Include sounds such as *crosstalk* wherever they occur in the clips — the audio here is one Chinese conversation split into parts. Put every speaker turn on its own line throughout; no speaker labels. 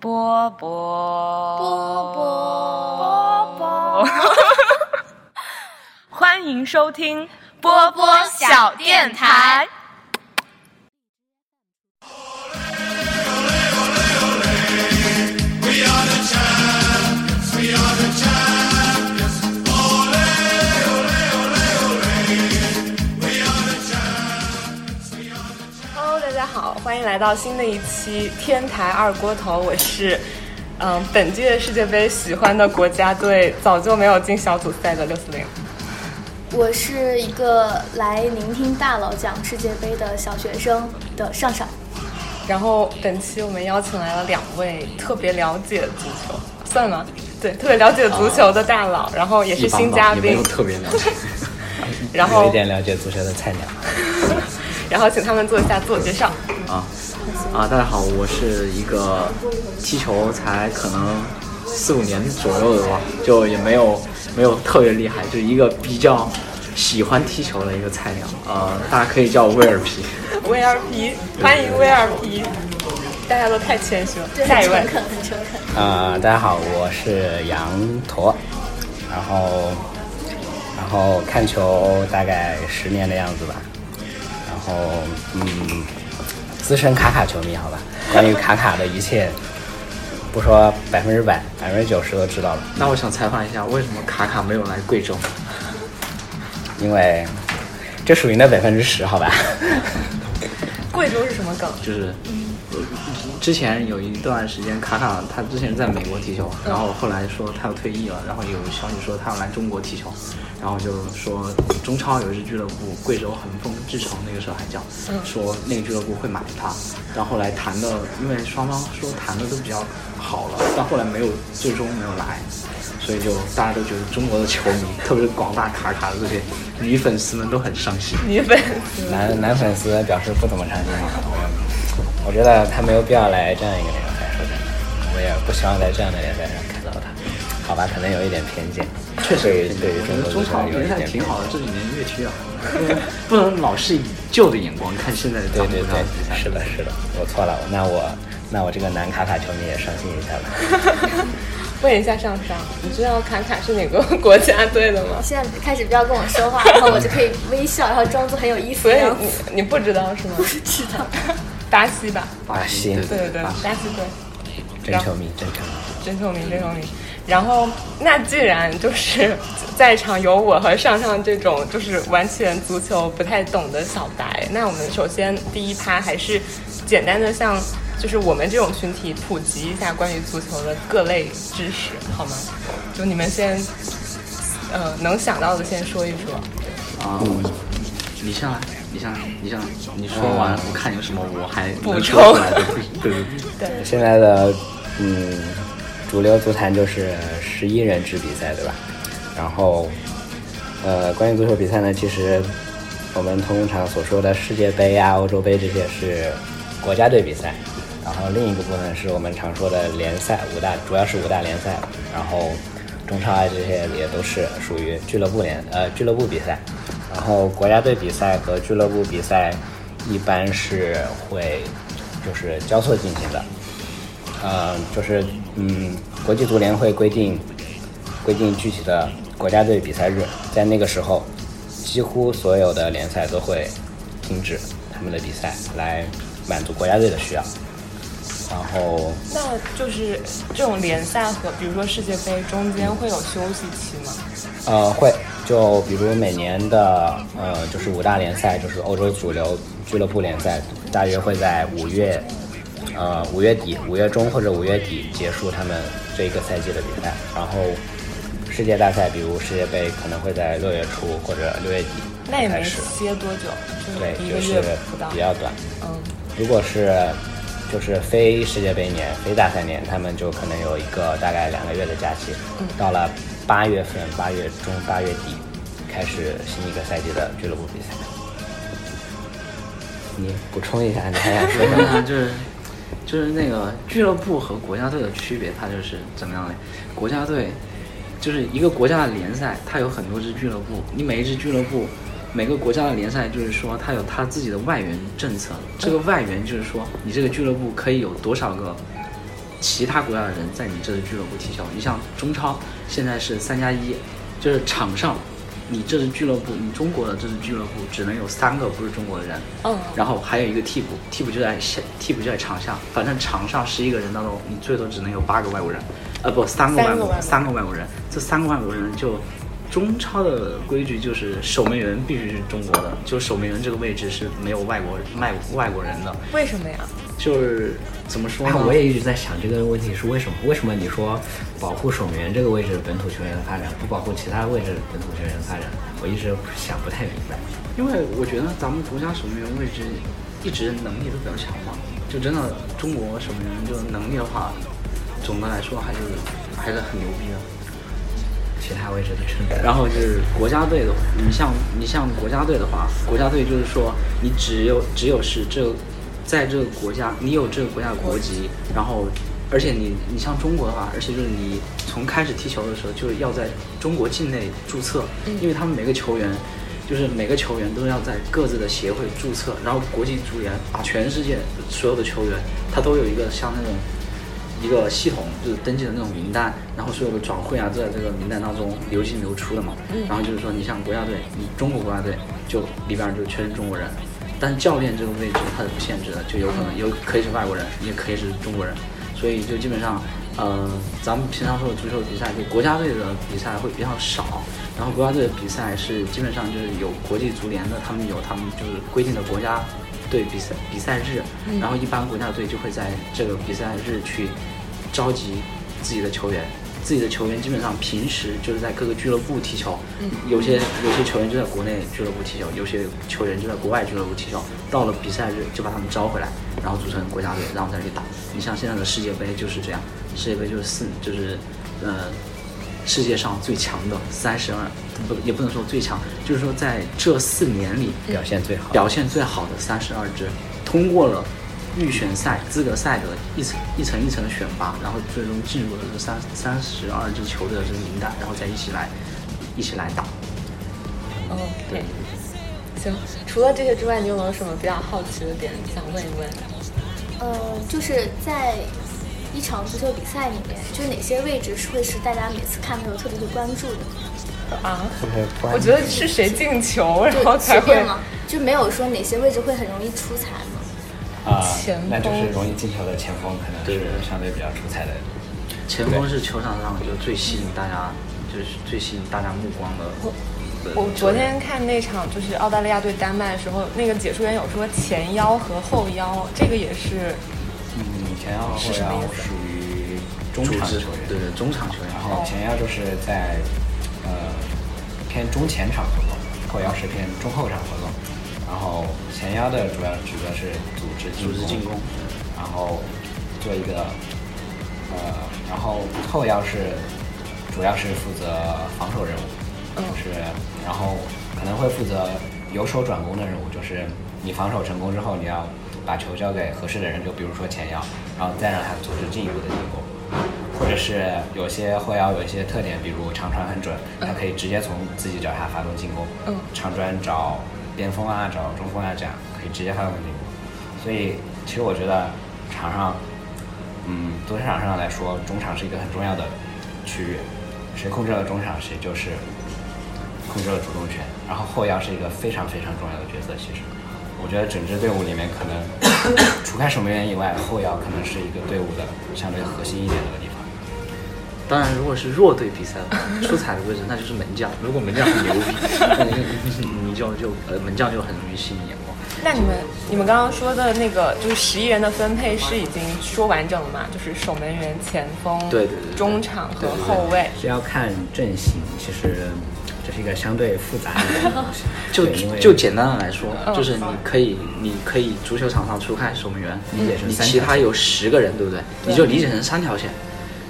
波波
波
波波，欢迎收听波波小电台。
Hello，大家好，欢迎来到新的一期《天台二锅头》，我是。嗯，本届世界杯喜欢的国家队早就没有进小组赛的六四零。
我是一个来聆听大佬讲世界杯的小学生的上上。
然后本期我们邀请来了两位特别了解足球，算吗？对，特别了解足球的大
啊
佬，然后也是
一帮
新
吧
嘉
也没
宾
有，特别了 *laughs* 解，
然
有
后
一点了解足球的菜鸟
*laughs* 然后请他们做一下自我介绍。
啊啊！大家好，我是一个踢球才可能四五年左右的吧，就也没有没有特别厉害，就是一个比较喜欢踢球的一个菜鸟。呃，大家可以叫我威尔皮。
威尔皮，欢迎威尔皮，大家都太谦虚了。
对，
下
很
一位
诚，恳，很诚恳。
啊、呃大家好，我是羊驼，然后然后看球大概十年的样子吧，然后嗯，资深卡卡球迷好吧，关于卡卡的一切，不说百分之百，百分之九十都知道了，
那我想采访一下，为什么卡卡没有来贵州？
因为这属于那百分之十好吧， *laughs*
贵州是什么梗？
就是之前有一段时间，卡卡他之前在美国踢球，然后后来说他要退役了，然后有消息说他要来中国踢球，然后就说中超有一支俱乐部，贵州恒丰志诚，那个时候还叫，说那个俱乐部会买他，然后后来谈的，因为双方说谈的都比较好了，但后来没有最终没有来，所以就大家都觉得中国的球迷，特别是广大卡卡的这些女粉丝们都很伤心。
女粉
男男粉丝表示不怎么伤心好吧，我觉得他没有必要来这样一个联赛，说真的，我也不希望在这样的联赛上看到他，好吧，可能有一点偏见，确实对于对于
我觉
中
得
国足
中
球
超
有
联
一点
赛
偏见
挺。好的，这几年越踢越好，不能老是以旧的眼光看现在的
对
中
对
国超比
对，
赛。
是的，是的，我错了，那我那我这个男卡卡球迷也伤心一下吧。
问一下上上，你知道卡卡是哪个国家队的
*laughs*
吗？
现在开始不要跟我说话，然后我就可以微笑，然后装作很有意思
所以
的样子。
你你不知道是吗？
知道，
*laughs* 巴西吧，
巴
西
对
对对对，
巴西
巴西队，
啊真球迷，真球迷，
真聪明，真聪明。然后，那既然就是 *laughs* 在场有我和上上这种就是完全足球不太懂的小白，那我们首先第一趴还是简单的向就是我们这种群体普及一下关于足球的各类知识，好吗？就你们先，呃，能想到的先说一说。
啊，我你上来，你上来，你上来，你说完我看有什么我还能
补
说出来的对对对，
现在的嗯，主流足坛就是十一人制比赛，对吧？然后，呃，关于足球比赛呢，其实我们通常所说的世界杯啊、欧洲杯这些是国家队比赛，然后另一个部分是我们常说的联赛，五大主要是五大联赛，然后中超啊这些也都是属于俱乐部联呃俱乐部比赛，然后国家队比赛和俱乐部比赛一般是会就是交错进行的，呃，就是嗯，国际足联会规定规定具体的国家队比赛日，在那个时候，几乎所有的联赛都会停止他们的比赛，来满足国家队的需要。然后
那就是这种联赛和比如说世界杯中间会有休息期吗？
呃，会，就比如每年的呃，就是五大联赛，就是欧洲主流俱乐部联赛，大约会在五月，呃，五月底、五月中或者五月底结束他们这一个赛季的比赛。然后世界大赛，比如世界杯，可能会在六月初或者六月底
那也
开
没
始。
歇多久，
对
就，一
就
个
是
月不到
比。较短。
嗯，
如果是就是非世界杯年、非大赛年，他们就可能有一个大概两个月的假期。到了八月份、八月中、八月底，开始新一个赛季的俱乐部比赛。你补充一下，你还想说什么？
那就是就是那个俱乐部和国家队的区别，它就是怎么样嘞？国家队就是一个国家的联赛，它有很多支俱乐部，你每一支俱乐部，每个国家的联赛就是说它有它自己的外援政策，这个外援就是说你这个俱乐部可以有多少个其他国家的人在你这支俱乐部踢球。你像中超现在是三加一，就是场上你这支俱乐部，你中国的这支俱乐部只能有三个不是中国的人，
嗯
然后还有一个替补，替补就在下，替补就在场下，反正场上十一个人当中，你最多只能有八个外国人，呃不，三个
三个
外国
外国人
三个外国人，这三个外国人就。中超的规矩就是守门员必须是中国的，就守门员这个位置是没有外国人外外国人的，
为什么呀？
就是怎么说
哎
呢？，
*laughs* 我也一直在想这个问题是为什么？为什么你说保护守门员这个位置本土球员的发展，不保护其他位置本土球员的发展？我一直想不太明白。
因为我觉得咱们国家守门员位置一直能力都比较强嘛，就真的中国守门员就能力的话，总的来说还是还是很牛逼的。
其他位置的称赞。
然后就是国家队的，你像你像国家队的话，国家队就是说你只有只有是这在这个国家，你有这个国家的国籍，然后而且你你像中国的话，而且就是你从开始踢球的时候就要在中国境内注册，因为他们每个球员。就是每个球员都要在各自的协会注册，然后国际足联把全世界所有的球员，他都有一个像那种一个系统，就是登记的那种名单，然后所有的转会啊都在这个名单当中流进流出的嘛。然后就是说，你像国家队，你中国国家队就里边就全是中国人，但教练这个位置它是不限制的，就有可能有可以是外国人，也可以是中国人，所以就基本上。呃，咱们平常说的足球比赛，就国家队的比赛会比较少，然后国家队的比赛是基本上就是有国际足联的，他们有他们就是规定的国家队比赛比赛日，然后一般国家队就会在这个比赛日去召集自己的球员，自己的球员基本上平时就是在各个俱乐部踢球，有些有些球员就在国内俱乐部踢球，有些球员就在国外俱乐部踢球，到了比赛日就把他们招回来，然后组成国家队，然后再去打。你像现在的世界杯就是这样，世界杯就是四就是呃世界上最强的三十二，不也不能说最强，就是说在这四年里
表现最好，
表现最好的三十二支，通过了预选赛、资格赛的一层一层一层的选拔，然后最终进入了这三三十二支球队的这个名单，然后再一起来一起来打。
哦，
对，
行。除了这些之外，你有没有什么比较好奇的点想问一问？
呃，就是在一场足球比赛里面，就哪些位置是会是大家每次看的时候特别会关注的？
啊，
我
我觉得是谁进球，然后
就
才
随
会
便吗？就没有说哪些位置会很容易出彩吗？
啊
前锋
那就是容易进球的前锋，可能
对
是相对比较出彩的。
前锋是球场上就最吸引大家，就是最吸引大家目光的。的
我
球
昨
员
天看那场就是澳大利亚对丹麦的时候，那个解说员有说前腰和后腰，这个也是
嗯，前腰
是
后
什么
腰
意思
属于中
组
场球
织
员，
对对中场球员，
然后前腰就是在呃偏中前场活动，后腰是偏中后场活动。然后前腰的主要职责是组织进
组织进攻，
然后做一个呃，然后后腰是主要是负责防守任务，就是然后可能会负责由守转攻的任务，就是你防守成功之后，你要把球交给合适的人，就比如说前腰，然后再让他组织进一步的进攻。或者是有些后腰有一些特点，比如长传很准，他可以直接从自己脚下发动进攻。
嗯
长传找边锋啊，找中锋啊，这样可以直接发动进攻。所以其实我觉得场上，嗯，足球场上来说，中场是一个很重要的区域，谁控制了中场，谁就是控制了主动权。然后后腰是一个非常非常重要的角色，其实。我觉得整支队伍里面，可能除开守门员以外，后腰可能是一个队伍的相对核心一点的地方。
当然，如果是弱队比赛的话，出彩的位置那就是门将。如果门将很牛逼，那你你就就呃门将就很容易吸引眼光。
那你们你们刚刚说的那个就是十一人的分配是已经说完整了吗？就是守门员、前锋、
对对对对，
中场和后卫。
是要看阵型，其实这是一个相对复杂的东西 *laughs*
就
对因为嗯
就简单的来说，就是你可以，你可以足球场上除开守门员，
理解成
你
嗯三条
其他有十个人，对不对？你就理解成三条线，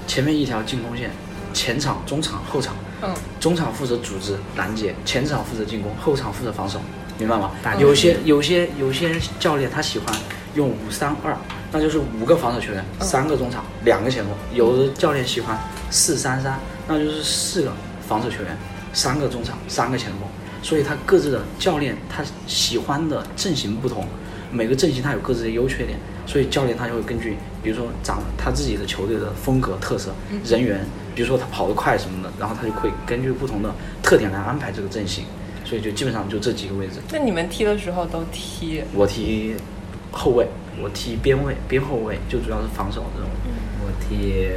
前面一条进攻线，前场、中场、后场，
嗯，
中场负责组织拦截，前场负责进攻，后场负责防守，明白吗
大？概
有些有些有些教练他喜欢用五三二，那就是五个防守球员，三个中场，两个前锋；有的教练喜欢四三三，那就是四个防守球员，三个中场，三个前锋。所以他各自的教练他喜欢的阵型不同，每个阵型他有各自的优缺点。所以教练他就会根据，比如说长他自己的球队的风格特色、人员，比如说他跑得快什么的，然后他就会根据不同的特点来安排这个阵型。所以就基本上就这几个位置。
那你们踢的时候都踢
我踢后卫，我踢边卫、边后卫，就主要是防守这种。
嗯
我踢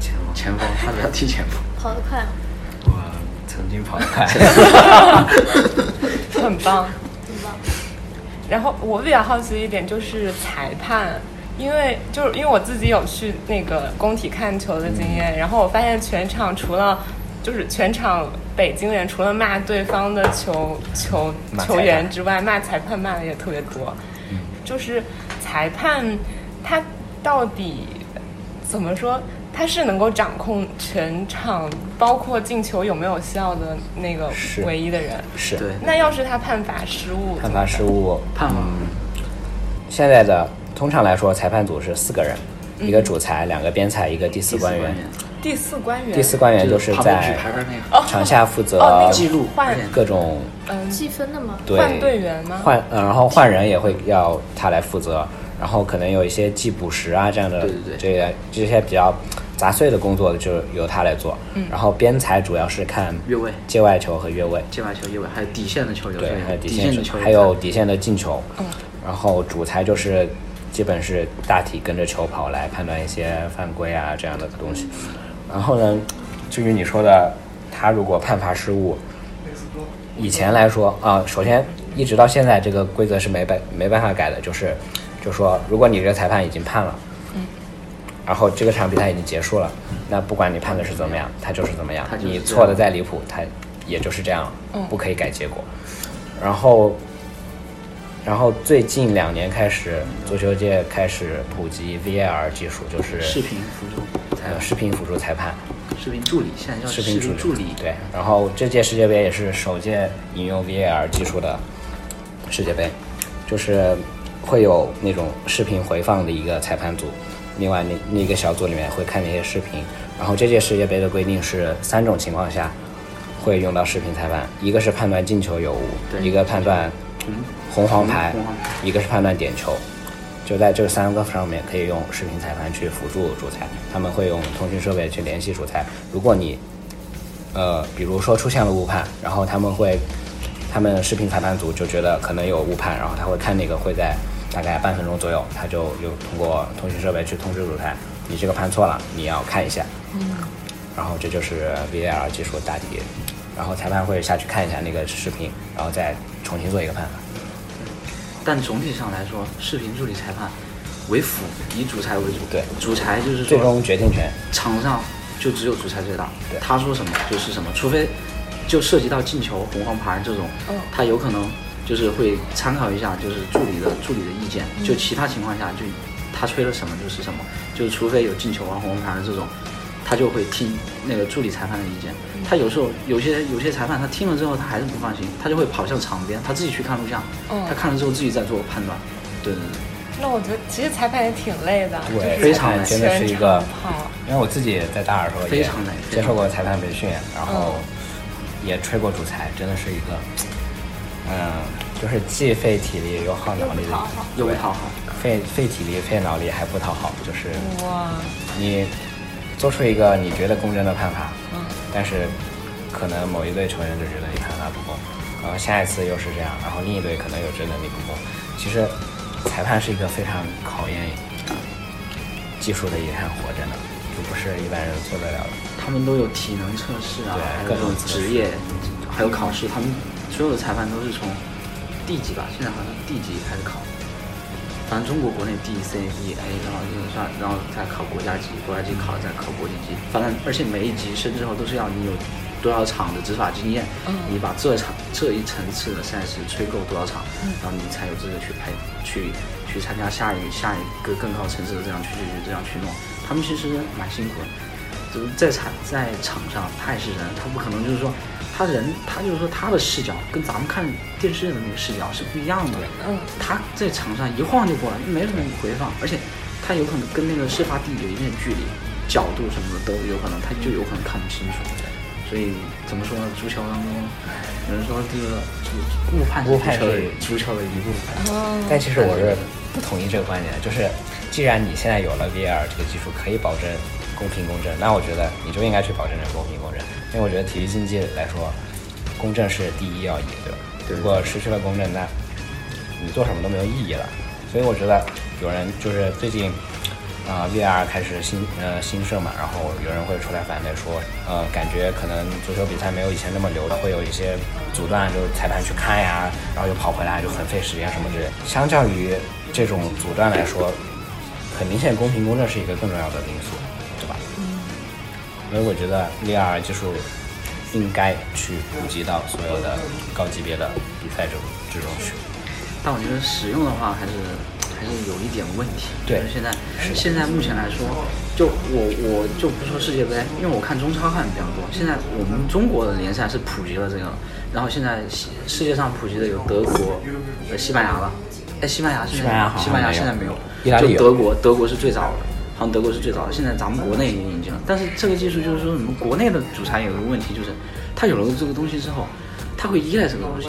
前锋，
前锋，他主要踢前
*laughs*
锋。
跑得快吗？
我曾经跑得快，
很棒。
怎么办？
然后我比较好奇的一点就是裁判，因为就是因为我自己有去那个工体看球的经验，然后我发现全场除了就是全场北京人除了骂对方的球球
骂裁判嗯
球员之外，骂裁判骂的也特别多。就是裁判他到底怎么说？他是能够掌控全场，包括进球有没有效的那个
是
唯一的人。
*laughs* 是
对，
那要是他判罚失误，
判罚失误，
判罚
嗯现在的通常来说，裁判组是四个人，
嗯
一个主裁，两个边裁，一个第四官员。
第四官员，
第四官员
就
就是
旁边举
在
牌的那个
哦
场下负责
哦那个
记录
换
各种
嗯，
计分的吗？
对
换队员吗？
换，呃然后换人也会要他来负责，然后可能有一些记补时啊这样的，
对对对
这些这些比较杂碎的工作就由他来做。然后边裁主要是看
嗯越位
界外球和越位，
界外球、越位，还有底线的球有
对，还有底
线的
线球
球，
还有底线的进球。然后主裁就是基本是大体跟着球跑来判断一些犯规啊这样的东西。然后呢，至于你说的，他如果判罚失误，以前来说啊，首先一直到现在这个规则是没办没办法改的，就是就说如果你这个裁判已经判了，然后这个场比赛已经结束了，那不管你判的是怎么样，他就是怎么样
他，就是
你
这样
错的再离谱，他也就是这样了，不可以改结果。然后，然后最近两年开始，足球界开始普及 VAR 技术，就是
哦视频辅助裁
呃视频辅助裁判。
判、视频助理，现在叫
视
哦视
频
频助
助
理。
对。然后这届世界杯也是首届引用 VAR 技术的世界杯，就是会有那种视频回放的一个裁判组，另外那那个小组里面会看那些视频。然后这届世界杯的规定是三种情况下会用到视频裁判，一个是判断进球有误，
对
一个判断红黄牌
红黄牌，
一个是判断点球。就在这三个上面可以用视频裁判去辅助主裁，他们会用通讯设备去联系主裁。如果你呃，比如说出现了误判，然后他们会，他们视频裁判组就觉得可能有误判，然后他会看那个会在大概半分钟左右，他就有通过通讯设备去通知主裁，你这个判错了，你要看一下。嗯。然后这就是 VAR 技术大体，然后裁判会下去看一下那个视频，然后再重新做一个判罚。
但总体上来说，视频助理裁判为辅，以主裁为主。
对
主裁就是
最
说
终决定权
场上就只有主裁最大
对，
他说什么就是什么，除非就涉及到进球、红黄牌这种，他有可能就是会参考一下就是助理的助理的意见，就其他情况下就他吹了什么就是什么，就是除非有进球啊、红黄牌这种，他就会听那个助理裁判的意见。他有时候有些有些裁判他听了之后他还是不放心，他就会跑向场边，他自己去看录像，
嗯
他看了之后自己再做判断。对对对。
那我觉得其实裁判也挺累的，
对，
就是
非常
裁判
累
真的是一个
全场跑，
因为我自己也在大二的时候也
非常嗯累
接受过裁判培训，然后也吹过主裁，真的是一个，嗯，就是既费体力又耗脑力的，
又不讨好，
费费体力费脑力还不讨好，就是
哇，
你做出一个你觉得公正的判罚，但是可能某一队球员就觉得你判罚不公，然后下一次又是这样，然后另一队可能又觉得你不公。其实裁判是一个非常考验技术的一项活，真的就不是一般人做得了的。
他们都有体能测试啊，
对
还有
各
各
种
种
测试
职业，还有考试，他们所有的裁判都是从 D 级吧，现在好像 D 级开始考，反正中国国内 D、C、E、A，然后就算，然后再考国家级，国家级考再考国际级，反正而且每一级升之后都是要你有多少场的执法经验，你把这场这一层次的赛事吹够多少场，然后你才有资格去拍去去参加下一下一个更高层次的这样去去去这样去弄，他们其实蛮辛苦的。就是在场在场上，他也是人，他不可能就是说，他人他就是说他的视角跟咱们看电视的那个视角是不一样的。
嗯，
他在场上一晃就过来，没什么回放，而且他有可能跟那个事发地有一定的距离，角度什么的都有可能，他就有可能看不清楚。所以怎么说呢？足球当中，有人说这个足误判是
误判
足球的
是
足球的一部分。
但其实我是不同意这个观点的，就是既然你现在有了 VAR 这个技术，可以保证公平公正，那我觉得你就应该去保证这个公平公正，因为我觉得体育竞技来说，公正是第一要义，对吧？
对
如果失去了公正，那你做什么都没有意义了。所以我觉得有人就是最近啊、v r 开始新呃新设嘛，然后有人会出来反对说，呃，感觉可能足球比赛没有以前那么流了，会有一些阻断，就是裁判去看呀，然后又跑回来就很费时间什么之类的。相较于这种阻断来说，很明显公平公正是一个更重要的因素，对吧？所以我觉得 VR 技术应该去普及到所有的高级别的比赛中之中去。
但我觉得使用的话还是还是有一点问题。
对
就是现在现在目前来说，就我我就不说世界杯，因为我看中超看的比较多。现在我们中国的联赛是普及了这个，然后现在世世界上普及的有德国、呃西班牙了。哎，西班牙现在
西班牙好像
西班牙
没有
现在没有，
意大利
就
有
德国德国是最早的。好像德国是最早的，现在咱们国内也引进了。但是这个技术就是说，我们国内的主裁有个问题，就是他有了这个东西之后，他会依赖这个东西，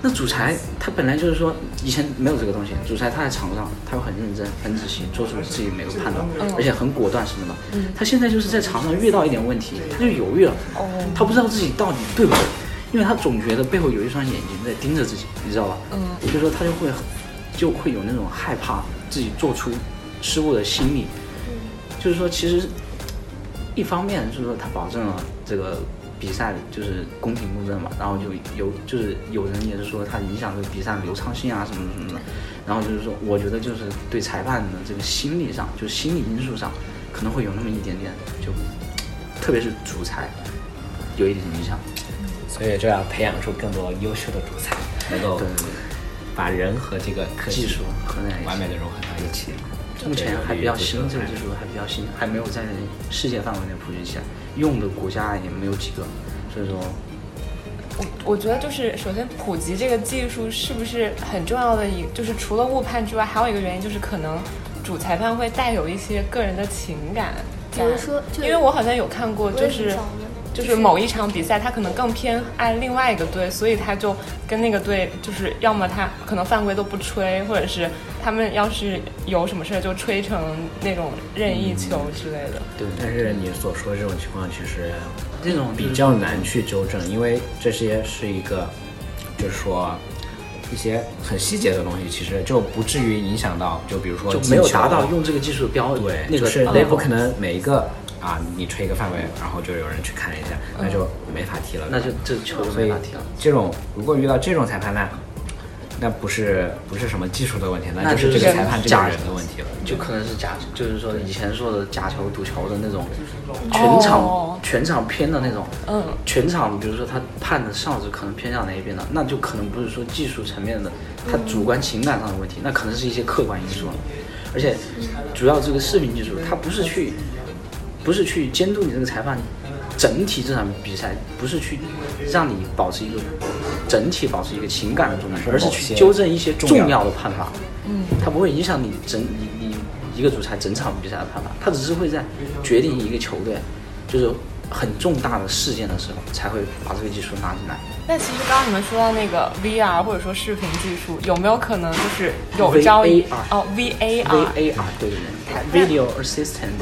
那主裁他本来就是说以前没有这个东西，主裁他在场上他会很认真、很仔细，做出自己每个判断，而且很果断什么的。他现在就是在场上遇到一点问题，他就犹豫了，他不知道自己到底对不对，因为他总觉得背后有一双眼睛在盯着自己，你知道吧？所以说他就会就会有那种害怕自己做出失误的心理。就是说，其实一方面就是说他保证了这个比赛就是公平公正嘛，然后就有就是有人也是说他影响这个比赛流畅性啊什么什么的，然后就是说我觉得就是对裁判的这个心理上，就心理因素上可能会有那么一点点，就特别是主裁有一点影响。
所以就要培养出更多优秀的主裁，能够
对对对。
把人和这个科技
哦技术合在一起
完美的融合到一起。
目前还比较新，这个技
是
术还比较新，还没有在世界范围内普及起来，用的国家也没有几个，所以说
我我觉得就是，首先普及这个技术是不是很重要的一，就是除了误判之外，还有一个原因就是可能主裁判会带有一些个人的情感在。
比如说就
因为我好像有看过，就
我也
是
很少呢
就是某一场比赛，他可能更偏爱另外一个队，所以他就跟那个队就是要么他可能犯规都不吹，或者是他们要是有什么事儿就吹成那种任意球之类的。
对对
但是你所说这种情况其实
这种
比较难去纠正，因为这些是一个，就是说一些很细节的东西，其实就不至于影响到，就比如说
就没有
哦进球
达到用这个技术的标
对，
那个
就是
啊
那不可能每一个啊，你吹一个范围，然后就有人去看一下，那就没法踢了，
那就这球就
所
没
以
法踢了。
这种如果遇到这种裁判那。那不是不是什么技术的问题，那
那
就是
就
这
是
个裁判这
假
个
的
人的问题了。
就可能是假，就是说以前说的假球、赌球的那种，全场、
哦
全场偏的那种，
嗯，
全场比如说他判的上是可能偏向哪一边的，那就可能不是说技术层面的，他主观情感上的问题，那可能是一些客观因素了。而且主要这个视频技术，它不是去不是去监督你这个裁判整体这场比赛，不是去让你保持一个整体保持一个情感的状态，而是去纠正一些重要的判罚。嗯，它不会影响你整你你一个主裁整场比赛的判罚，它只是会在决定一个球队就是很重大的事件的时候才会把这个技术拿进来。
那其实刚刚你们说到那个 VR 或者说视频技术，有没有可能就是有
VAR
朝一哦 VAR
VAR 对对对，Video Assistant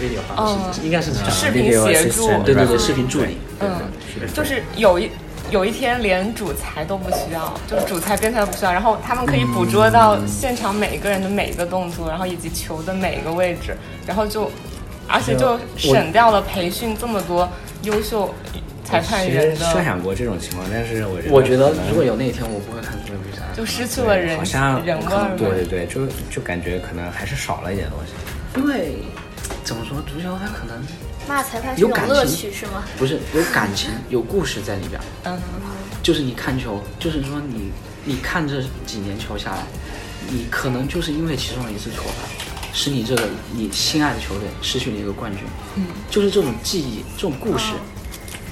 Video 好像是
嗯
应该是这样。
视频协助
Video assistant，
对对对，视频助理。对
嗯，
对对
就是有一有一天连主裁都不需要，就是主裁、边裁都不需要，然后他们可以捕捉到
嗯
现场每一个人的每一个动作，然后以及球的每一个位置，然后就而且
啊
就省掉了培训这么多优秀裁判
其
员
实设
的，
想过这种情况，但是我觉得
我觉得
可能
如果有那一天，我不会看足球比赛。
就失去
对
了人
好像
人味儿。
对对对，就就感觉可能还是少了一点东西。
因为怎么说，足球它可能
骂裁判是
有
种
感
乐
情
趣是吗？
不是有感情、有故事在里边儿。
嗯，
就是你看球，就是说你你看这几年球下来，你可能就是因为其中的一次错判，使你这个你心爱的球队失去了一个冠军。嗯，就是这种记忆、这种故事，
嗯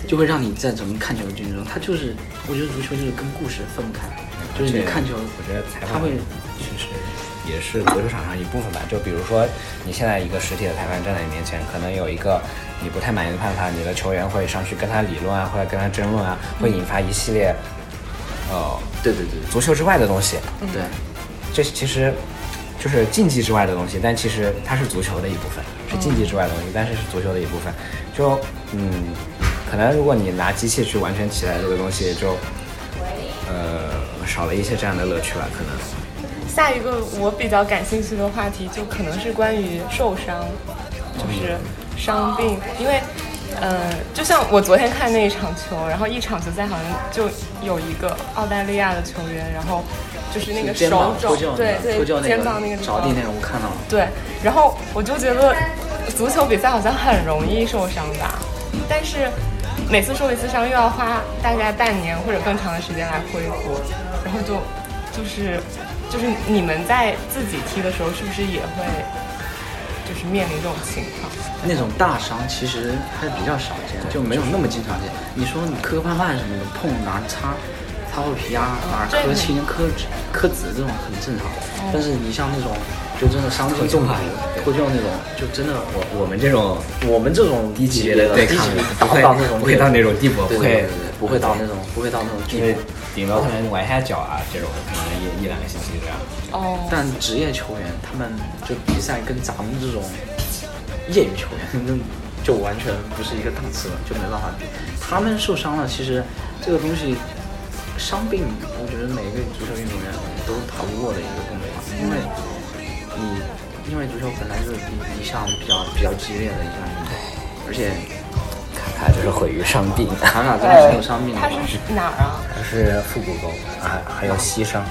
就会让你在整个看球的过程中，它就是我觉得足球就是跟故事分不开，就是你
这
看球，
我觉得裁
他
判
会
其实也是足球场上一部分吧。就比如说，你现在一个实体的裁判站在你面前，可能有一个你不太满意的判罚，你的球员会上去跟他理论啊，或者跟他争论啊，会引发一系列呃
对对对
嗯
足球之外的东西。
对。
这其实就是竞技之外的东西，但其实它是足球的一部分，是竞技之外的东西，但是是足球的一部分。就嗯，可能如果你拿机器去完全取代这个东西，就呃少了一些这样的乐趣吧，可能。
下一个我比较感兴趣的话题就可能是关于受伤，就是伤病，因为，呃，就像我昨天看那一场球，然后一场球赛好像就有一个澳大利亚的球员，然后就是那个
肩
手
膀
肘
脱臼，
对
那
对
个脱臼，那
肩膀那个地
着
方
地，那个，我看到了。
对，然后我就觉得足球比赛好像很容易受伤吧，但是每次受一次伤又要花大概半年或者更长的时间来恢复，然后就就是就是你们在自己踢的时候是不是也会就是面临这种情况？
那种大伤其实还比较少见，就没有那么经常见。你说你磕磕绊绊什么的，碰哪儿擦，擦破皮啊，哪儿
这
磕
个
青、磕指磕紫这种很正常。但是你像那种就真的伤筋动骨、脱臼那种，就真的我
我们这种
我们这种
低级别的对
低级
抗
别
不
不
会
会到那种
不会到那种地步
对对
不会
对对对不会到那种不会到那种地
因为
步。
顶多可能崴一下脚啊，这种可能一一两个星期这样。
哦，
但呃职业球员他们就比赛跟咱们这种业余球员那就完全不是一个档次了，就没办法比。他们受伤了，其实这个东西伤病，我觉得每一个足球运动员都逃不过的一个东西吧，因为你因为足球本来就是一一项比较比较激烈的一项运动，而且啊
卡卡就是毁于伤病，
卡卡真的是有伤病的
他
吧
是哪儿啊？
它是腹股沟，还还有膝伤，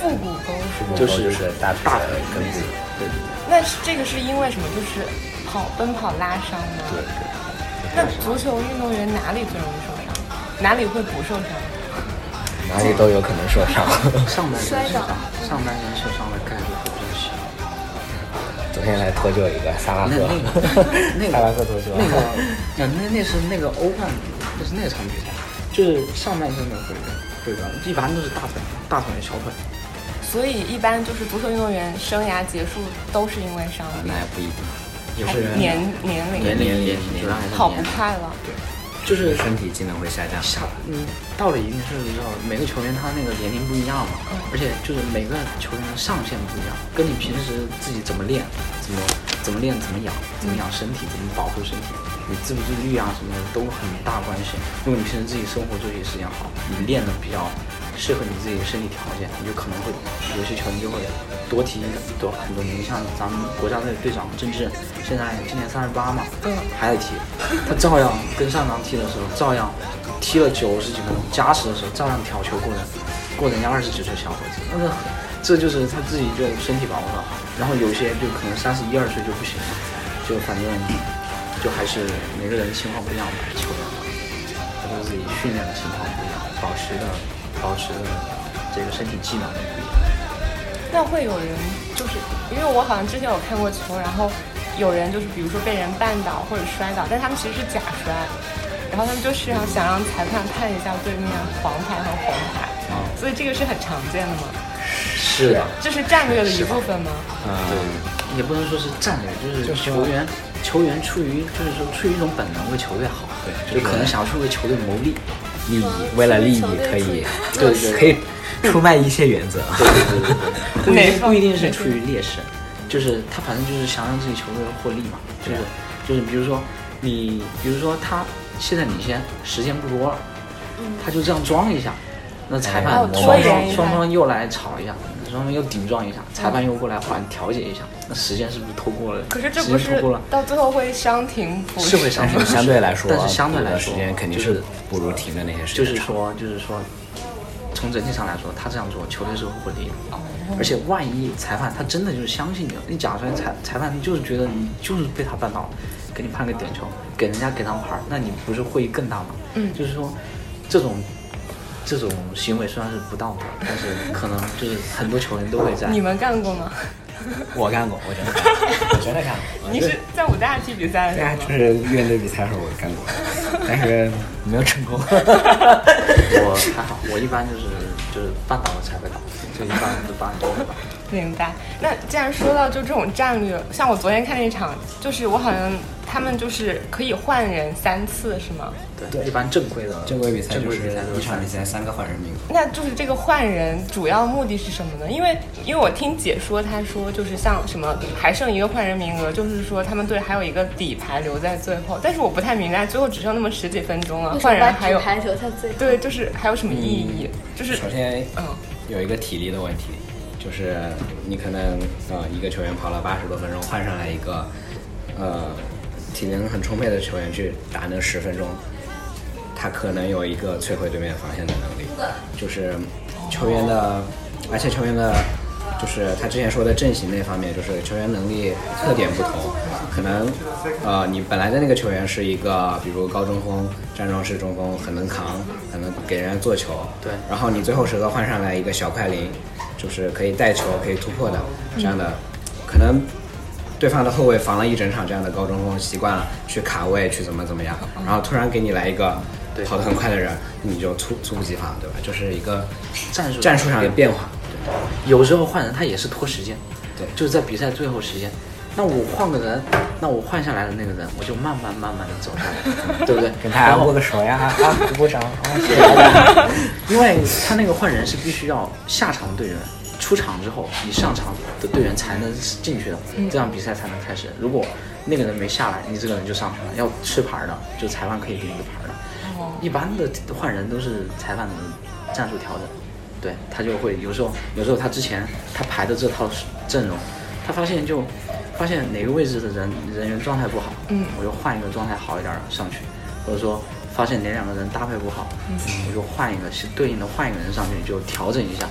腹股沟。
腹股沟
就
就是是大腿
大
的
腿
根部。
对对
那是这个是因为什么？就是跑奔跑拉伤吗？
对对，
那足球运动员哪里最容易受伤？哪里会不受伤？
哪里都有可能受伤。
上半身
摔
受
倒
伤，上半身受伤的概率会比较小。
*laughs* 昨天来脱臼一个萨拉
那
赫
那个那，个
萨拉赫脱臼，
那个，那 *laughs* 那那是那个欧冠，就是那场比赛，就是上半身的会会吧，一般都是大腿、大腿、小腿。
所以一般就是足球运动员生涯结束都是因为伤病
*laughs* 那，也不一定，有
还
些人
年年龄
年龄
年龄
也主要还是
跑不
年龄
快了。
就是
身体机能会下降。
下你到了一定岁数之后，每个球员他那个年龄不一样嘛，而且就是每个球员的上限不一样，跟你平时自己怎么练、怎么怎么练、怎么养、怎么养身体、怎么保护身体，你自不自律啊什么的都很大关系。如果你平时自己生活作息时间好，你练的比较适合你自己的身体条件，你就可能会有些球员就会多踢多很多。你像咱们国家队队长郑智，现在今年三十八嘛，
嗯
还在踢，他照样跟上港踢的时候，照样 *laughs* 踢了九十几分钟，加时的时候照样挑球过人，过人家二十几岁小伙子，那个这就是他自己就身体保护的好，然后有些就可能三十一二岁就不行了，就反正就还是每个人情况不一样吧，球员嘛，他说自己训练的情况不一样，保持的保持的这个身体机能也不一样。
那会有人就是因为我好像之前有看过球，然后有人就是比如说被人绊倒或者摔倒，但他们其实是假摔，然后他们就是要想让裁判判一下对面黄牌和红牌，
哦
所以这个是很常见的嘛，
是的，
这是战略的一部分吗？
嗯，
也不能说是战略，就是
就是
球员球员出于就是说出于一种本能为球队好，
对
就
就是
可能想要去为球队谋利。
利益为了利益可以，
对对对
可以出卖一些原则。
不一
哪
定
方
不一定是出于劣势，就是他反正就是想让自己球队获利嘛，
啊
就是就是比如说你，比如说他现在领先，时间不多了，他就这样装一下，那裁判
哎
我
双
我
方
也
双方又来吵一下，双方又顶撞一下，裁判又过来缓调解一下，那时间是不是拖过了？
可是这
时
不
间
是
拖过了。
到最后会伤停补
是会伤
但
害
是相对来说，
但是相对来说
时间肯定
就是
不如停的那些时
就
间
是
长
说，就是说，从整体上来说，他这样做，球队是会获利的。啊
哦
而且万一裁判他真的就是相信你了，你假摔裁裁判就是觉得你就是被他绊倒了，给你判个点球，给人家给张牌儿，那你不是获益更大吗？嗯，就是说，这种这种行为虽然是不道德，但是可能就是很多球员都会在。
你们干过吗？
我干过，我真的干过， *laughs* 我真的干过。
你是在武大踢比赛的
对
时
啊，
候吗？
就是院队比赛的时候我干过，但是没有成
*laughs*
功。
我还好，我一般就是就是绊倒了才会倒，就一般都绊倒了。
明白。那既然说到就这种战略，像我昨天看那场，就是我好像他们就是可以换人三次，是吗？
对，一般正规的
正规比赛
正
就
规
是
比赛都
一场比赛三个换人名额。
那就是这个换人主要目的是什么呢？因为因为我听解说，他说就是像什么还剩一个换人名额，就是说他们队还有一个底牌留在最后，但是我不太明白，最后只剩那么十几分钟了，
为什
啊换
么把
人还
纸
有
牌留在最后？
对，就是还有什么意义？就是
首先，
嗯
有一个体力的问题，就是你可能呃一个球员跑了八十多分钟，换上来一个呃体能很充沛的球员去打那十分钟，他可能有一个摧毁对面防线的能力，就是球员的，而且球员的。就是他之前说的阵型那方面，就是球员能力特点不同，可能呃，你本来的那个球员是一个，比如高中锋、站桩式中锋，很能扛，很能给人家做球。
对
然后你最后时刻换上来一个小快灵，就是可以带球、可以突破的这样的，可能对方的后卫防了一整场这样的高中锋，习惯了去卡位、去怎么怎么样，然后突然给你来一个
对
跑得很快的人，你就猝猝不及防，对吧？就是一个
战术
战术上的变化。
有时候换人他也是拖时间，
对
就是在比赛最后时间。那我换个人，那我换下来的那个人，我就慢慢慢慢的走下 *laughs* 来，对不对？
跟大家
然
握
后
个手 *laughs* 呀，啊，鼓鼓掌，啊，谢谢。
因为他那个换人是必须要下场的队员出场之后，你上场的队员才能进去的，这样比赛才能开始。如果那个人没下来，你这个人就上去了，要吃牌儿的，就裁判可以给你个牌儿的。一般的换人都是裁判的战术调整，对他就会有时候有时候他之前他排的这套阵容，他发现就发现哪个位置的人人员状态不好，
嗯
我就换一个状态好一点儿的上去，或者说发现哪两个人搭配不好，嗯我就换一个是对应的换一个人上去，就调整一下，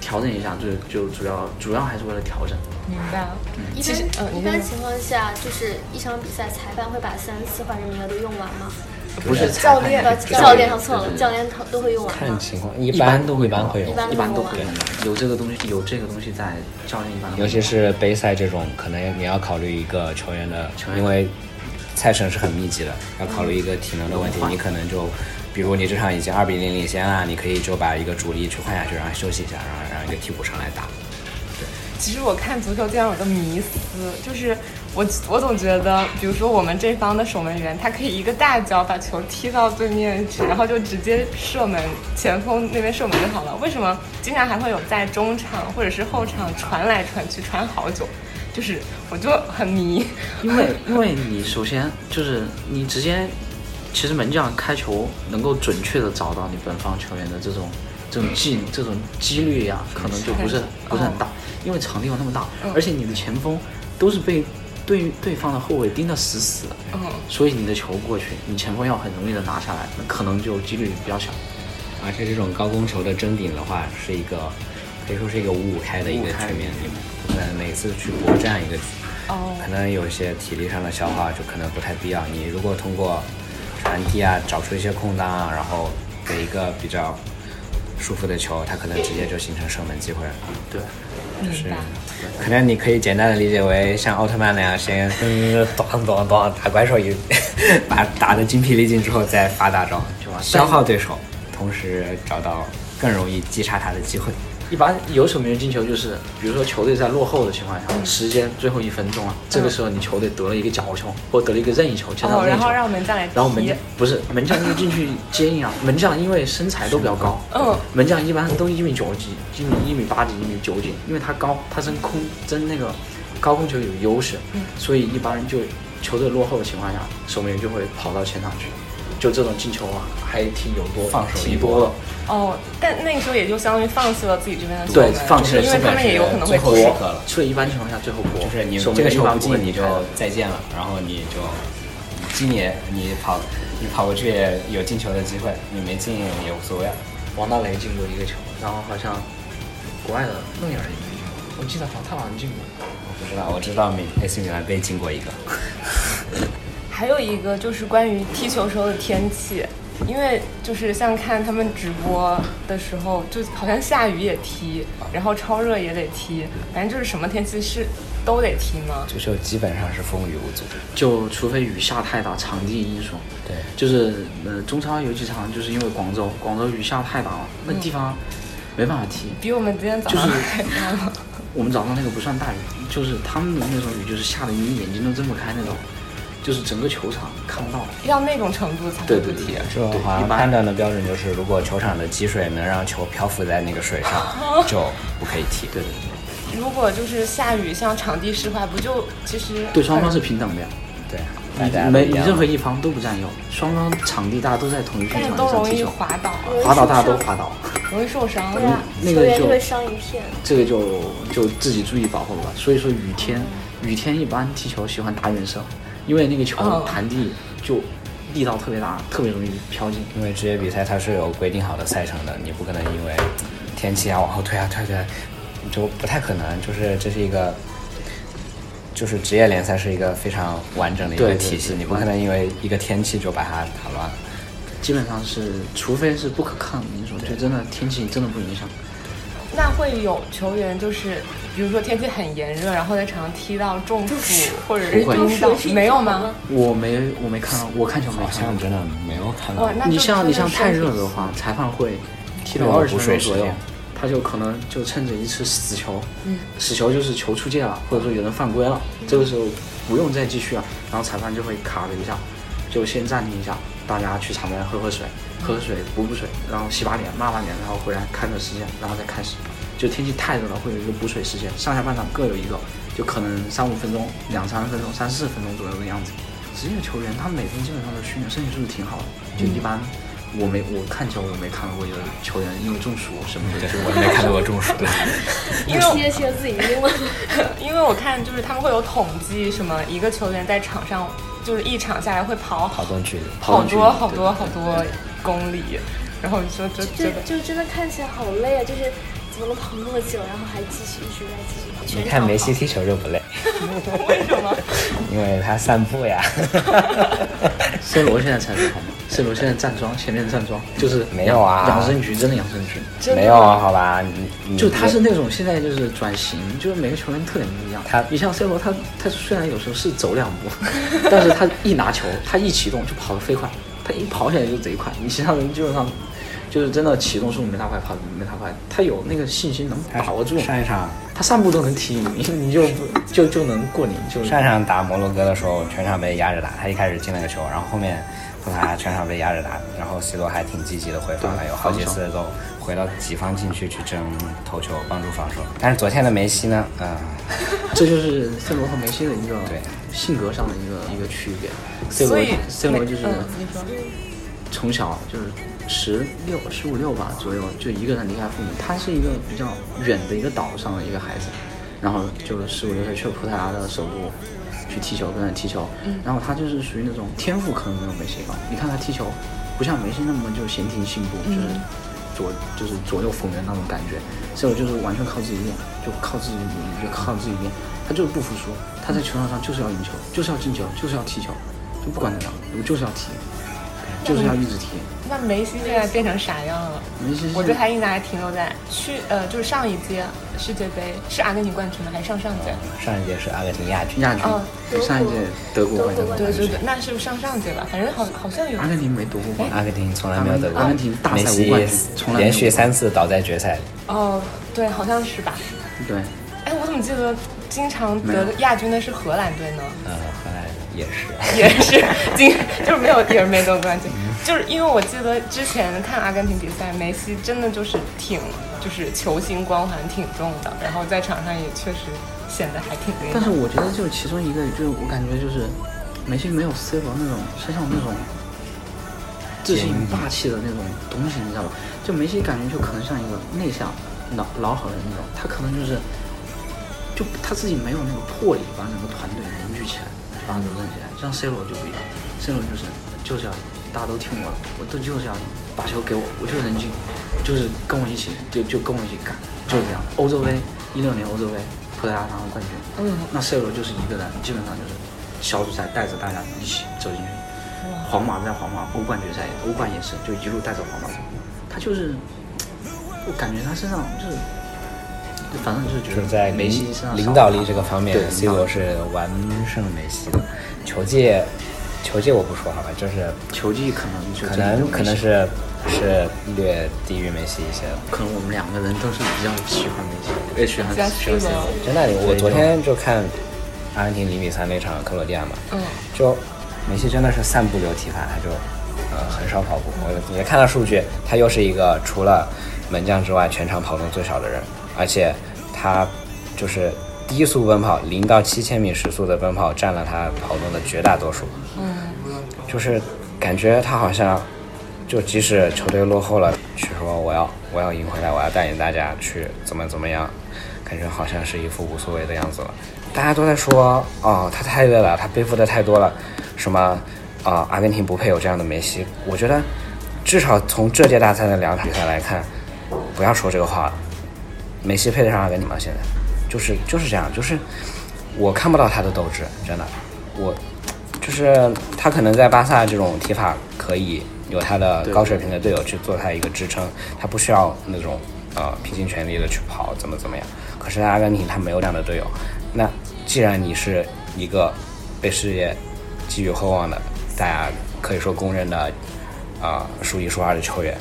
调整一下，就就主要主要还是为了调整。
明白了。
一
其
般
实嗯
一
你先说
般情况下，就是一场比赛，裁判会把三次换人名额都用完吗？呃
不是
教练
裁判
对
教练，他错
对
了，
对
教练他都会用完吗
看？情况，一
一般
般
都会
一般会有
有，
一般
一般都
都
会
会
有，有这个东西，有这个东西在教练一般都会
尤其是杯赛这种，可能你要考虑一个球员的，因为赛程是很密集的，要考虑一个体能的问题，你可能就，比如你这场已经二比零领先了，你可以就把一个主力去换下去，然后休息一下，然后让一个替补上来打。
其实我看足球经常有个迷思，就是 *laughs* 我我总觉得，比如说我们这方的守门员，他可以一个大脚把球踢到对面去，然后就直接射门，前锋那边射门就好了。为什么经常还会有在中场或者是后场传来传去，传好久？就是 *laughs* 我就很迷，
因为因为你首先就是你直接，其实门将开球能够准确的找到你本方球员的这种这种技这种几率呀、可能就不是不是很大，因为场地有那么大，而且你的前锋都是被对对方的后卫盯得死死的，
嗯，
所以你的球过去，你前锋要很容易的拿下来，那可能就几率比较小。
而且这种高空球的争顶的话，是一个可以说是一个五五开的一个
五五开
局面，你不能每次去搏这样一个局，
哦
可能有一些体力上的消耗就可能不太必要。你如果通过传递啊，找出一些空档啊，然后给一个比较舒服的球，它可能直接就形成射门机会了。
对，
是
明白。，
可能你可以简单的理解为像奥特曼那样，先咚咚咚打怪兽一，把打的精疲力尽之后再发大招
是吧，
消耗对手，同时找到更容易击杀他的机会。
一般有守门员进球就是，比如说球队在落后的情况下，时间最后一分钟了，这个时候你球队得了一个角球，或得了一个任意球，前
嗯
场
哦，
任
然
意球，
后让门将来踢，
然后门将不是门将就进去接应啊， *laughs* 门将因为身材都比较高，
嗯，
门将一般都一米九几、一米一米八几、一米九几，因为他高，他争空争那个高空球有优势，
嗯
所以一般就球队落后的情况下，守门员就会跑到前场去，就这种进球啊，还挺有多
放手
挺
一搏
多的，
哦，但那个时候也就相当于放弃了自己这边的守
对
门
放弃了
因为他
基本
们
是
也有可能会
最后
踢
时刻了
所以一般情况下最后搏，
就是你
守门
这个
员
球
一般
不
会
进，你
离
就
开的
再见了，然后你就你进也你跑，你跑过去也有进球的机会，你没进也无所谓。
王大雷进过一个球，然后好像国外的诺伊尔也进过，我记得好像他好像进过。
我不知道，我知道米 AC 米兰被进过一个。
还有一个就是关于踢球时候的天气，因为就是像看他们直播的时候，就好像下雨也踢，然后超热也得踢，反正就是什么天气是都得踢吗？
足球基本上是风雨无阻。
就除非雨下太大，场地因素。
对
就是呃，中超有几场就是因为广州，广州雨下太大了，那地方没办法踢。
比我们今天早上
就是
还大了。
我们早上那个不算大雨，就是他们的那种雨，就是下的你眼睛都睁不开那种，就是整个球场看不到。
*laughs* 要那种程度才
对
会
对
不
对
踢。
这种啊好像判断的标准就是，如果球场的积水能让球漂浮在那个
*laughs*
水上，就不可以踢。
对对对。
如果就是下雨，像场地湿滑，不就其实
对双方是平等的呀，
对，大
你
家都
没
一
你
样啊
任何一方都不占优，双方场地大家都在同一片
但是
场
都
地上
容
踢
易
球，
滑倒啊，
滑倒大家都滑倒，
容易受伤。
对啊，
那
球
个
员
就
就会伤一片。
这个就就自己注意保护吧。所以说雨天，雨天一般踢球喜欢打远射，因为那个球
嗯
弹地就力道特别大，特别容易飘进。
因为职业比赛它是有规定好的赛程的，你不可能因为天气啊往后推啊推啊推啊，就不太可能。就是这是一个，就是职业联赛是一个非常完整的一个
对对
体系，
对
你不可能因为一个天气就把它打乱。
基本上是，除非是不可抗的因素，就真的天气真的不影响。
那会有球员就是，比如说天气很炎热，然后在场上踢到中暑或者是
不会
晕倒，没有吗？
我没我没看到，我看球没
好
看
像
到。
真的没有看到
哇，。那
你
就
像
真
你
的
像
是
太
身体
热的话，裁判会踢到
对
二十
补
分
水
钟左
时
右
间，
他就可能就趁着一次死球，死球就是球出界了，或者说有人犯规了，这个时候不用再继续了，然后裁判就会卡了一下，就先暂停一下，大家去场边喝喝水，喝喝水补补水，然后洗把脸抹把脸，然后回来看个时间，然后再开始。就天气太热了，会有一个补水时间，上下半场各有一个，就可能三五分钟、两三分钟、三四分钟左右的样子。职业球员他每天基本上都训练，身体素质挺好的。就一般，我没我看球我没看到过有球员因为中暑什么的
对
就
我 *laughs* 没看到过中暑
*laughs*
的。
因为我
贴贴自己的英文，
因为我看就是他们会有统计，什么一个球员在场上就是一场下来会跑
跑动距离，
好
跑很
多
距离
好
对
多
对
好多公里，然后你说这
*laughs* 就
这个
就真的看起来好累啊！就是怎么能跑那么久，然后还继续一直在继续跑，
你
全
看
场
梅
跑
西踢球就不
*laughs*
累，
为什么？
因为他散步呀。
C 罗现在才是好吗？C 罗现在站桩，前面
*laughs*
站桩就是
没有啊
养生 *laughs* 局真的养生局，
真的
没有啊，好吧，你你
就他是那种现在就是转型，就是每个球员特点不一样。
他
你像 C 罗，他他虽然有时候是走两步，但是他一拿球，他一启动就跑得飞快，他一跑起来就贼快。你其他人基本上就是真的启动速度没他快，跑得没他快，他有那个信心能
他
把握住。
上一场
他散步都能踢你，你就就就能过你，就
上一场打摩洛哥的时候，全场被压着打，他一开始进了个球，然后后面葡萄牙全场被压着打，然后 C 罗还挺积极的回防的，
对
有好几次都回到己方禁区去争头球，帮助防守。但是昨天的梅西呢，嗯、
这就是 C 罗和梅西的一个
对
性格上的一个一个区别。C
所
罗
以
C 罗就是
嗯你说
从小就是十六、十五六吧左右，就一个人离开父母。他是一个比较远的一个岛上的一个孩子，然后就十五六岁去葡萄牙的首都去踢球，跟人踢球。然后他就是属于那种天赋可能没有梅西高，你看他踢球，不像梅西那么就闲庭信步，就是左就是左右逢源那种感觉。这种就是完全靠自己练，就靠自己努力，就靠自己练。他就是不服输，他在球场上就是要赢球，就是要进球，就是要踢球，就不管怎么样，我就是要踢。
嗯
就是要一直踢。
*laughs* 那梅西现在变成啥样了？
梅西，
我对他印象还停留在去呃，就是上一届世界杯是阿根廷冠军吗？还是上上届？
上一届是阿根廷亚军，
亚军，
哦
对上一届德国冠
嗯
军
德国，
对对对，那是不是上上届吧？反正好好像有
阿根廷没啊夺过冠
哎
阿根廷从来没有得过，
阿根廷大
梅
赛无
西
冠军从来没有
连续三次倒在决赛里，
哦，对，好像是吧？
军，对，
哎，我怎么记得经常得
没有
亚军的是荷兰队呢？
嗯，荷兰也是。
也是经就是没有也是没得冠军，就是因为我记得之前看阿根廷比赛，梅西真的就是挺就是球星光环挺重的，然后在场上也确实显得还挺厉
但
害
是。我觉得就是其中一个，就是我感觉就是梅西没有 C 罗那种身上有那种自信霸气的那种东西，你知道吧？就梅西感觉就可能像一个内向老老好人那种，他可能就是就他自己没有那个魄力把整个团队凝聚起来，把整个起来。像 C 罗就不一样，C 罗就是就是要赢大家都听我的，我都就是要赢把球给我，我就能进，就是跟我一起就就跟我一起干，就是这样。欧洲杯一六年欧洲杯，葡萄牙拿了冠军，
嗯，
那 C 罗就是一个人，基本上就是小组赛带着大家一起走进去。皇马在皇马欧冠决赛，欧冠也是，就一路带着皇马走。他就是，我感觉他身上就是，就反正就是觉
就是
得
在
梅西身上
领导力这个方面
对
，C
领导
罗是完胜梅西的，球技球技我不说好吧，就是
球技可能就
可
这一种
能可能
类型
是是略低于梅西一些的。
可能我们两个人都是比较喜欢梅西，也喜欢
比较
喜
适合
欢 C 罗。
在那里，我
对
昨
就
天就看阿根廷零比三那场克罗地亚嘛，
嗯，
就梅西真的是散步流体法，他就呃很少跑步。我也看到数据，他又是一个除了门将之外全场跑动最少的人，而且他就是低速奔跑，零到七千米时速的奔跑占了他跑动的绝大多数。嗯，就是感觉他好像。就即使球队落后了，去说我要我要赢回来，我要带领大家去怎么怎么样，感觉好像是一副无所谓的样子了。大家都在说哦，他太累了，他背负的太多了，什么啊、阿根廷不配有这样的梅西。我觉得至少从这届大赛的两场比赛来看，不要说这个话了。梅西配得上阿根廷吗？现在就是就是这样，就是我看不到他的斗志，真的，我就是他可能在巴萨这种踢法可以有他的高水平的队友去做他一个支撑，他不需要那种呃拼尽全力的去跑怎么怎么样。可是在阿根廷他没有这样的队友，那既然你是一个被世界寄予厚望的，大家可以说公认的啊、呃数一数二的球员，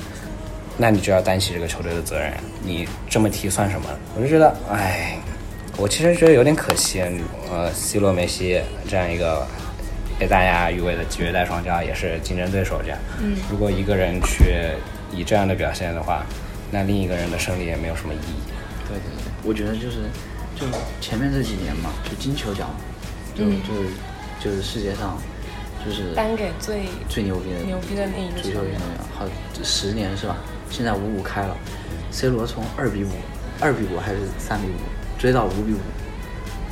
那你就要担起这个球队的责任。你这么踢算什么？我就觉得，哎，我其实觉得有点可惜。呃，C 罗、梅西这样一个被大家誉为的绝代双骄，也是竞争对手这样。嗯，如果一个人去以这样的表现的话，那另一个人的胜利也没有什么意义。
对对对，我觉得就是就前面这几年嘛，就金球奖，就、就就是世界上就是
嗯颁给最
最牛逼的
牛逼的那一个
足球
球
运
员
动员，好十年是吧？现在五五开了，C 罗从二比五、二比五还是三比五追到五比五，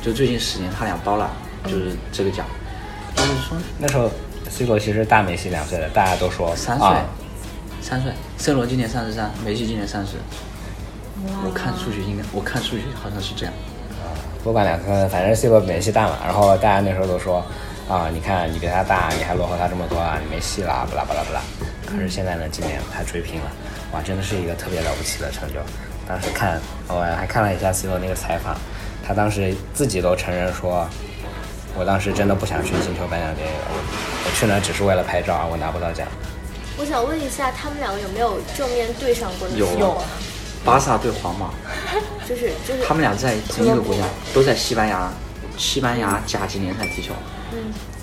就最近十年他俩包揽就是这个奖，就是说
那时候 C 罗其实大梅西两岁的，大家都说
三岁
啊，
三岁，C 罗今年三十三，梅西今年三十。我看数据应该，我看数据好像是这样。
不管两三，反正 C 罗比梅西大嘛。然后大家那时候都说，啊，你看你比他大，你还落后他这么多啊，你没戏了，不啦不啦不啦。可是现在呢，今年他追平了，哇，真的是一个特别了不起的成就。当时看，我还看了一下 C 罗那个采访，他当时自己都承认说，我当时真的不想去金球颁奖典礼了，我去那只是为了拍照啊，我拿不到奖。
我想问一下，他们两个有没有正面对上过那
有
次
有
吗
巴萨对皇马，
就是就是
他们俩在同一个国家，都在西班牙，西班牙甲级联赛踢球。
嗯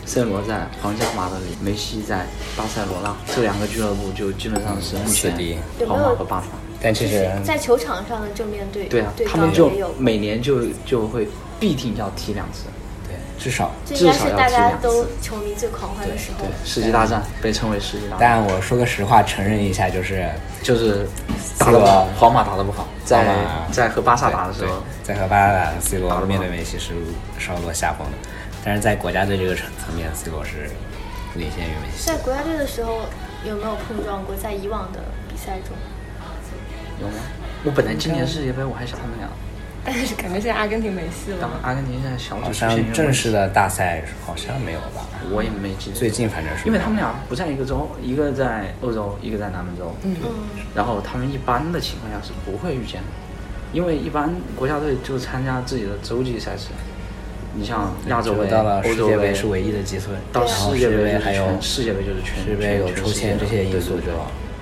，C 罗在皇家马德里，梅西在巴塞罗那，这两个俱乐部就基本上是目前
是第一
有没
皇
有
马和巴萨。
但其实
在球场上的正面对
对啊，他
刚
们就
也有，
每年就就会必定要踢两次。
对，至少
这应该
至少
是
要
大
踢
家
两次
都球迷最狂欢的时候
对。，世纪大战被称为世纪大战，
但我说个实话，承认一下，就是
就是打得不好，皇马打得不好，在
皇马
在和巴萨打的时候，
对在和巴萨打的 C 罗面对梅西是稍落下风的，但是在国家队这个层层面，C 罗是领先于梅西
在。国家队的时候有没有碰撞过？在以往的比赛中，
有吗？我本来今年世界杯我还想他们俩，
但是感觉现在阿根廷没戏
但
了。
阿根廷现在小组
好
出现
像
原
正
因
式的大赛好像没有吧？
我也没记住
最近反正是
因为他们俩不在一个州，一个在欧洲，一个在南美洲。嗯
嗯，
然后他们一般的情况下是不会遇见的，因为一般国家队就参加自己的洲际赛事。你像亚洲
就
杯、
到了
欧
世
洲
界
杯
杯是唯一的积分，
到
然后
世
世
界杯就是
杯还有
全世界杯就是全
世界杯有
全
抽签
世界
这些因素就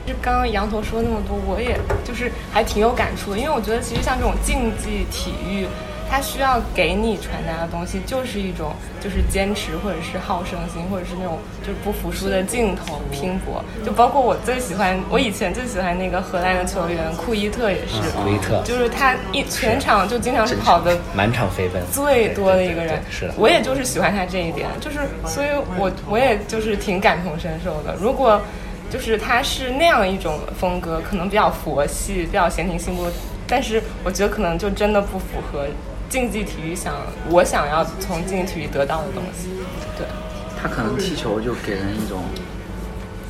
就刚刚羊头说那么多，我也就是还挺有感触的，因为我觉得其实像这种竞技体育，它需要给你传达的东西就是一种就是坚持，或者是好胜心，或者是那种就是不服输的劲头、拼搏。就包括我最喜欢，我以前最喜欢那个荷兰的球员库伊特也是，
嗯库伊特
就是他一全场就经常是跑的
满场飞奔，
最多的一个人
对对对。是的，
我也就是喜欢他这一点，就是所以我我也就是挺感同身受的。如果就是他是那样一种风格，可能比较佛系，比较闲庭信步，但是我觉得可能就真的不符合竞技体育想我想要从竞技体育得到的东西。对，
他可能踢球就给人一种，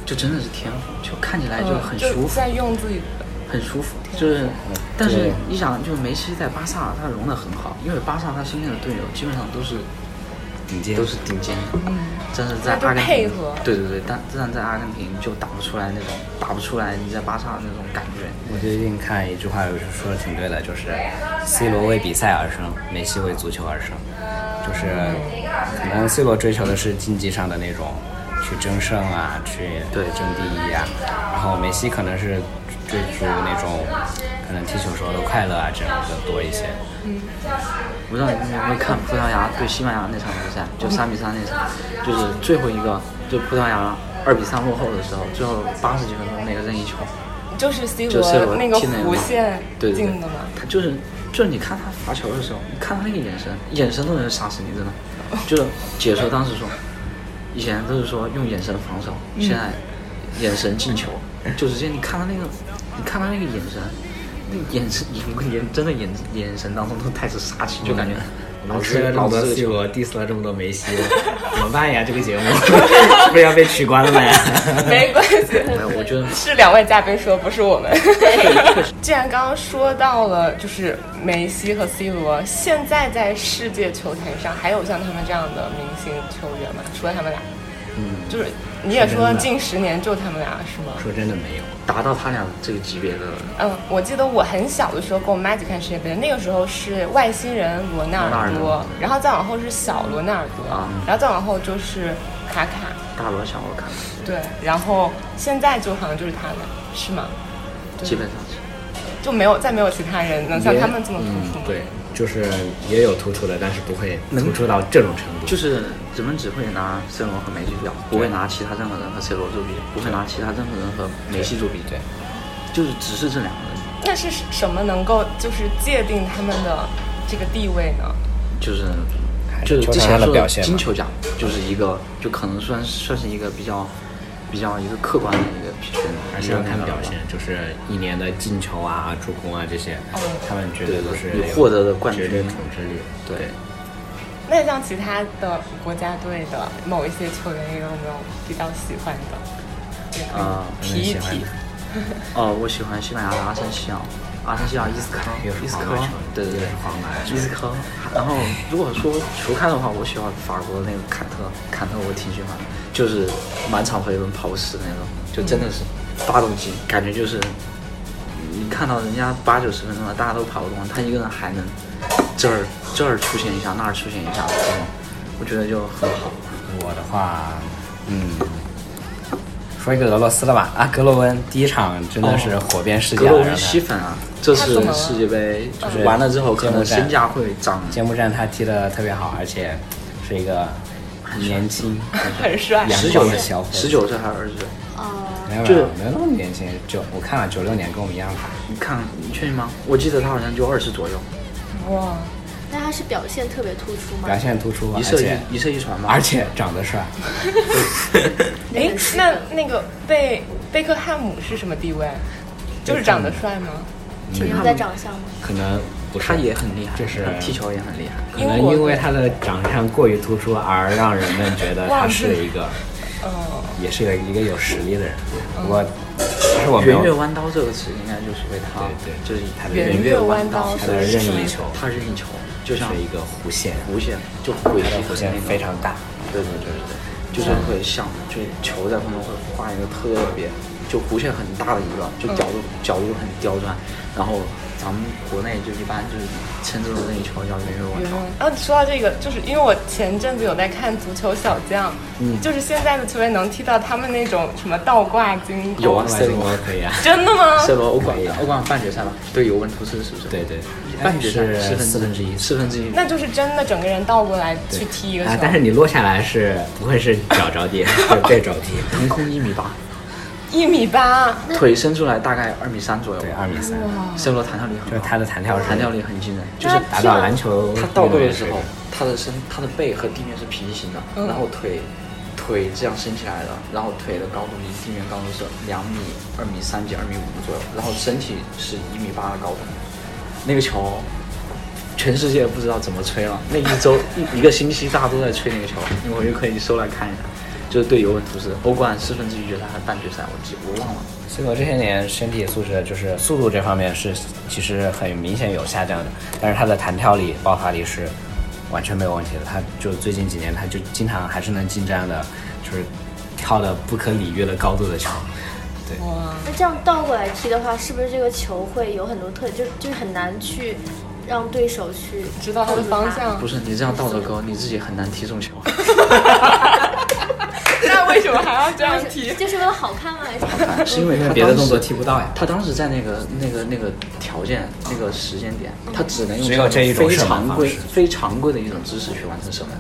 就真的是天赋，就看起来就
嗯
很
就
舒服。
在用自己的。
很舒服，就是，但是
对
你想，就梅西在巴萨他融得很好，因为巴萨他身边的队友基本上都是
顶尖
都是顶尖的，但是在
嗯那就
阿根廷
配合
对对对，但但在阿根廷就打不出来那种打不出来你在巴萨那种感觉，
我最近看一句话，有时候说的挺对的，就是 C 罗为比赛而生，梅西为足球而生。就是可能 C 罗追求的是竞技上的那种去争胜啊，去
对
争第一啊。然后梅西可能是追逐那种可能踢球时候的快乐啊，这种比较多一些。
我不知道你们有没有看葡萄牙对西班牙那场比赛，就三比三那场，就是最后一个，就葡萄牙二比三落后的时候，最后八十几分钟那个任意球，
就是 C
就 C
罗
罗
那个
进那
弧线
对对对
进的吗？，
他就是就是你看他罚球的时候，你看他那个眼神，眼神都能杀死你，真的。
哦
就是解说当时说，以前都是说用眼神防守，
嗯
现在眼神进球，就直接你看他那个，你看他那个眼神，那眼神眼眼真的眼眼神当中都带着杀气，就感觉嗯
老
老
吃
子
了这么
老
多
子这
C
个球
罗，diss 了这么多
*laughs*
梅西，怎么办呀？这个节目是不是要被取关了呀？ *laughs*
没关系，
没有，我觉得
是两位嘉宾说，不是我们。 *laughs* 既然刚刚说到了，就是梅西和 C 罗，现在在世界球坛上还有像他们这样的明星球员吗？除了他们俩，
嗯，
就是你也
说
说
真的
近十年就他们俩是吗？
说真的没有。
达到他俩这个级别的
嗯，我记得我很小的时候跟我妈一起看世界杯，那个时候是外星人罗纳尔
罗纳尔
多嗯
多，
然后再往后是小罗纳尔多，
啊
然后再往后就是卡卡，
大罗小我看，
对，然后现在就好像就是他们，是吗？
基本上是。
就没有再没有其他人能像
也
他们这么突出、
嗯，对，，就是也有突出的，但是不会突出到这种程度。
就是人们只会拿 C 罗和梅西比较，不会拿其他任何人和 C 罗做比，不会拿其他任何人和梅西做比，
对，
就是只是这两个人，
那是什么能够就是界定他们的这个地位呢？
就是
还是
就是
球
之
场
前
上的
说
表
的
现嘛
金球奖就是一个，就可能算算是一个比较比较一个客观的一个评选，
还是
一个
要看
那个
表
吧
现，就是一年的进球啊、助攻啊这些，
哦
他们觉得都是
对对对你获得的冠军
绝对统治力。
对，
那像其他的国家队的某一些球员，有没有比较喜欢的？也可以
啊
提一
我很喜
提
欢。
哦，我喜欢西班牙的阿森西奥，阿森西奥伊斯科
又是，
伊斯
皇
科
马球，
对对
又
对
是，皇马球
伊斯科。然后如果说球看的话，我喜欢法国那个坎特，坎特我挺喜欢的，就是满场飞奔跑不死的那种，就真的是发动机，感觉就是你看到人家八九十分钟了，大家都跑得动，他一个人还能这儿这儿出现一下，那儿出现一下的这种，我觉得就很好。
我的话，嗯，说一个俄罗斯的吧，啊，格罗温第一场真的是火遍世
哦格
界了，
罗
让
温
他
吸粉啊，这
他
次
怎么了
世界杯就是
对
完了之后，可能
柬埔寨
身价会涨。
揭幕战他踢得特别好，而且是一个年轻、
很帅，
阳
十九
光的
岁
小伙，子，
十九岁还是二十岁？
呃，
没有
就
没
是
有没有那么年轻，九我看了九六年跟我们一样大，
你看，你确定吗？我记得他好像就二十左右，
哇！
那他是表现特别突出吗？
表现突出，
一
而
射
且
一一射一传吧。
而且长得帅，
哎，那那个贝贝克汉姆是什么地位？就是长得帅吗？
只用在长相吗？
可能不是
他也很厉害，
就是
他踢球也很厉害。
可能因为他的长相过于突出而让人们觉得他是一个，
哦
也是一个一个有实力的人。不过其实我没
圆月
有
弯刀这个词应该就是为他，
对对
就是他的
圆
圆
月
月
弯
刀
刀
他
哦是
的
为
任意球，
他任意球，就像
是一个弧线，
弧线，就轨
他
迹
的弧线
那种
非常嗯大。
对对对对，就是会像，就球在空中会画一个特别，就弧线很大的一个，就角度、
嗯
角度很刁钻。然后咱们国内就一般就是称这种任意球叫圆月弯
有
刀
吗。？然后说到这个，就是因为我前阵子有在看《足球小将》，就是现在的球员能踢到他们那种什么倒挂金钩，
有啊
外国可以啊，
真的吗？
C 罗欧冠欧冠半决赛吧，对尤文图斯是不是？
对，对，
半决赛
是
四
四分
分之
之一
一，。四分之一。
那就是真的整个人倒过来去踢一个球，
啊，但是你落下来是不会是脚着
*laughs*
地，是背着地，
腾空一米八，
一米
*laughs*
八，
腿伸出来大概二米三左右。
对，二米三，
C 罗弹跳力
就
很
是
好，
他的弹跳是
弹跳力很惊人，就
就是是达到篮球
他倒钩
那种
的时
水
候
平，
他的身他的背和地面是平行的，
嗯
然后腿腿这样伸起来的，然后腿的高度离地面高度是两米、二米三几、二米五左右，然后身体是一米八的高度。那个球，全世界不知道怎么吹了，那一周一一个星期大家都在吹那个球，你们回去可以搜来看一下。就是对尤文图斯欧冠四分之一决赛还是半决赛，我记我忘了。
所以我这些年身体素质就是速度这方面是其实很明显有下降的，但是他的弹跳力、爆发力是完全没有问题的。他就最近几年，他就经常还是能进这样的，就是跳的不可理喻的高度的球。对，
那这样倒过来踢的话，是不是这个球会有很多特点，就就是很难去让对手去
知道他的方
*laughs*
向
不。是你这样倒着勾，你自己很难踢中球。
那为什么
*laughs*
好看吗？
是因为他
别的
当时
动作踢不到呀
他当时在那个那个那个条件、那个时间点，
嗯
他只能用
只有这一种
非
射门
常
方
规
式、
非常规的一种姿势去完成射门，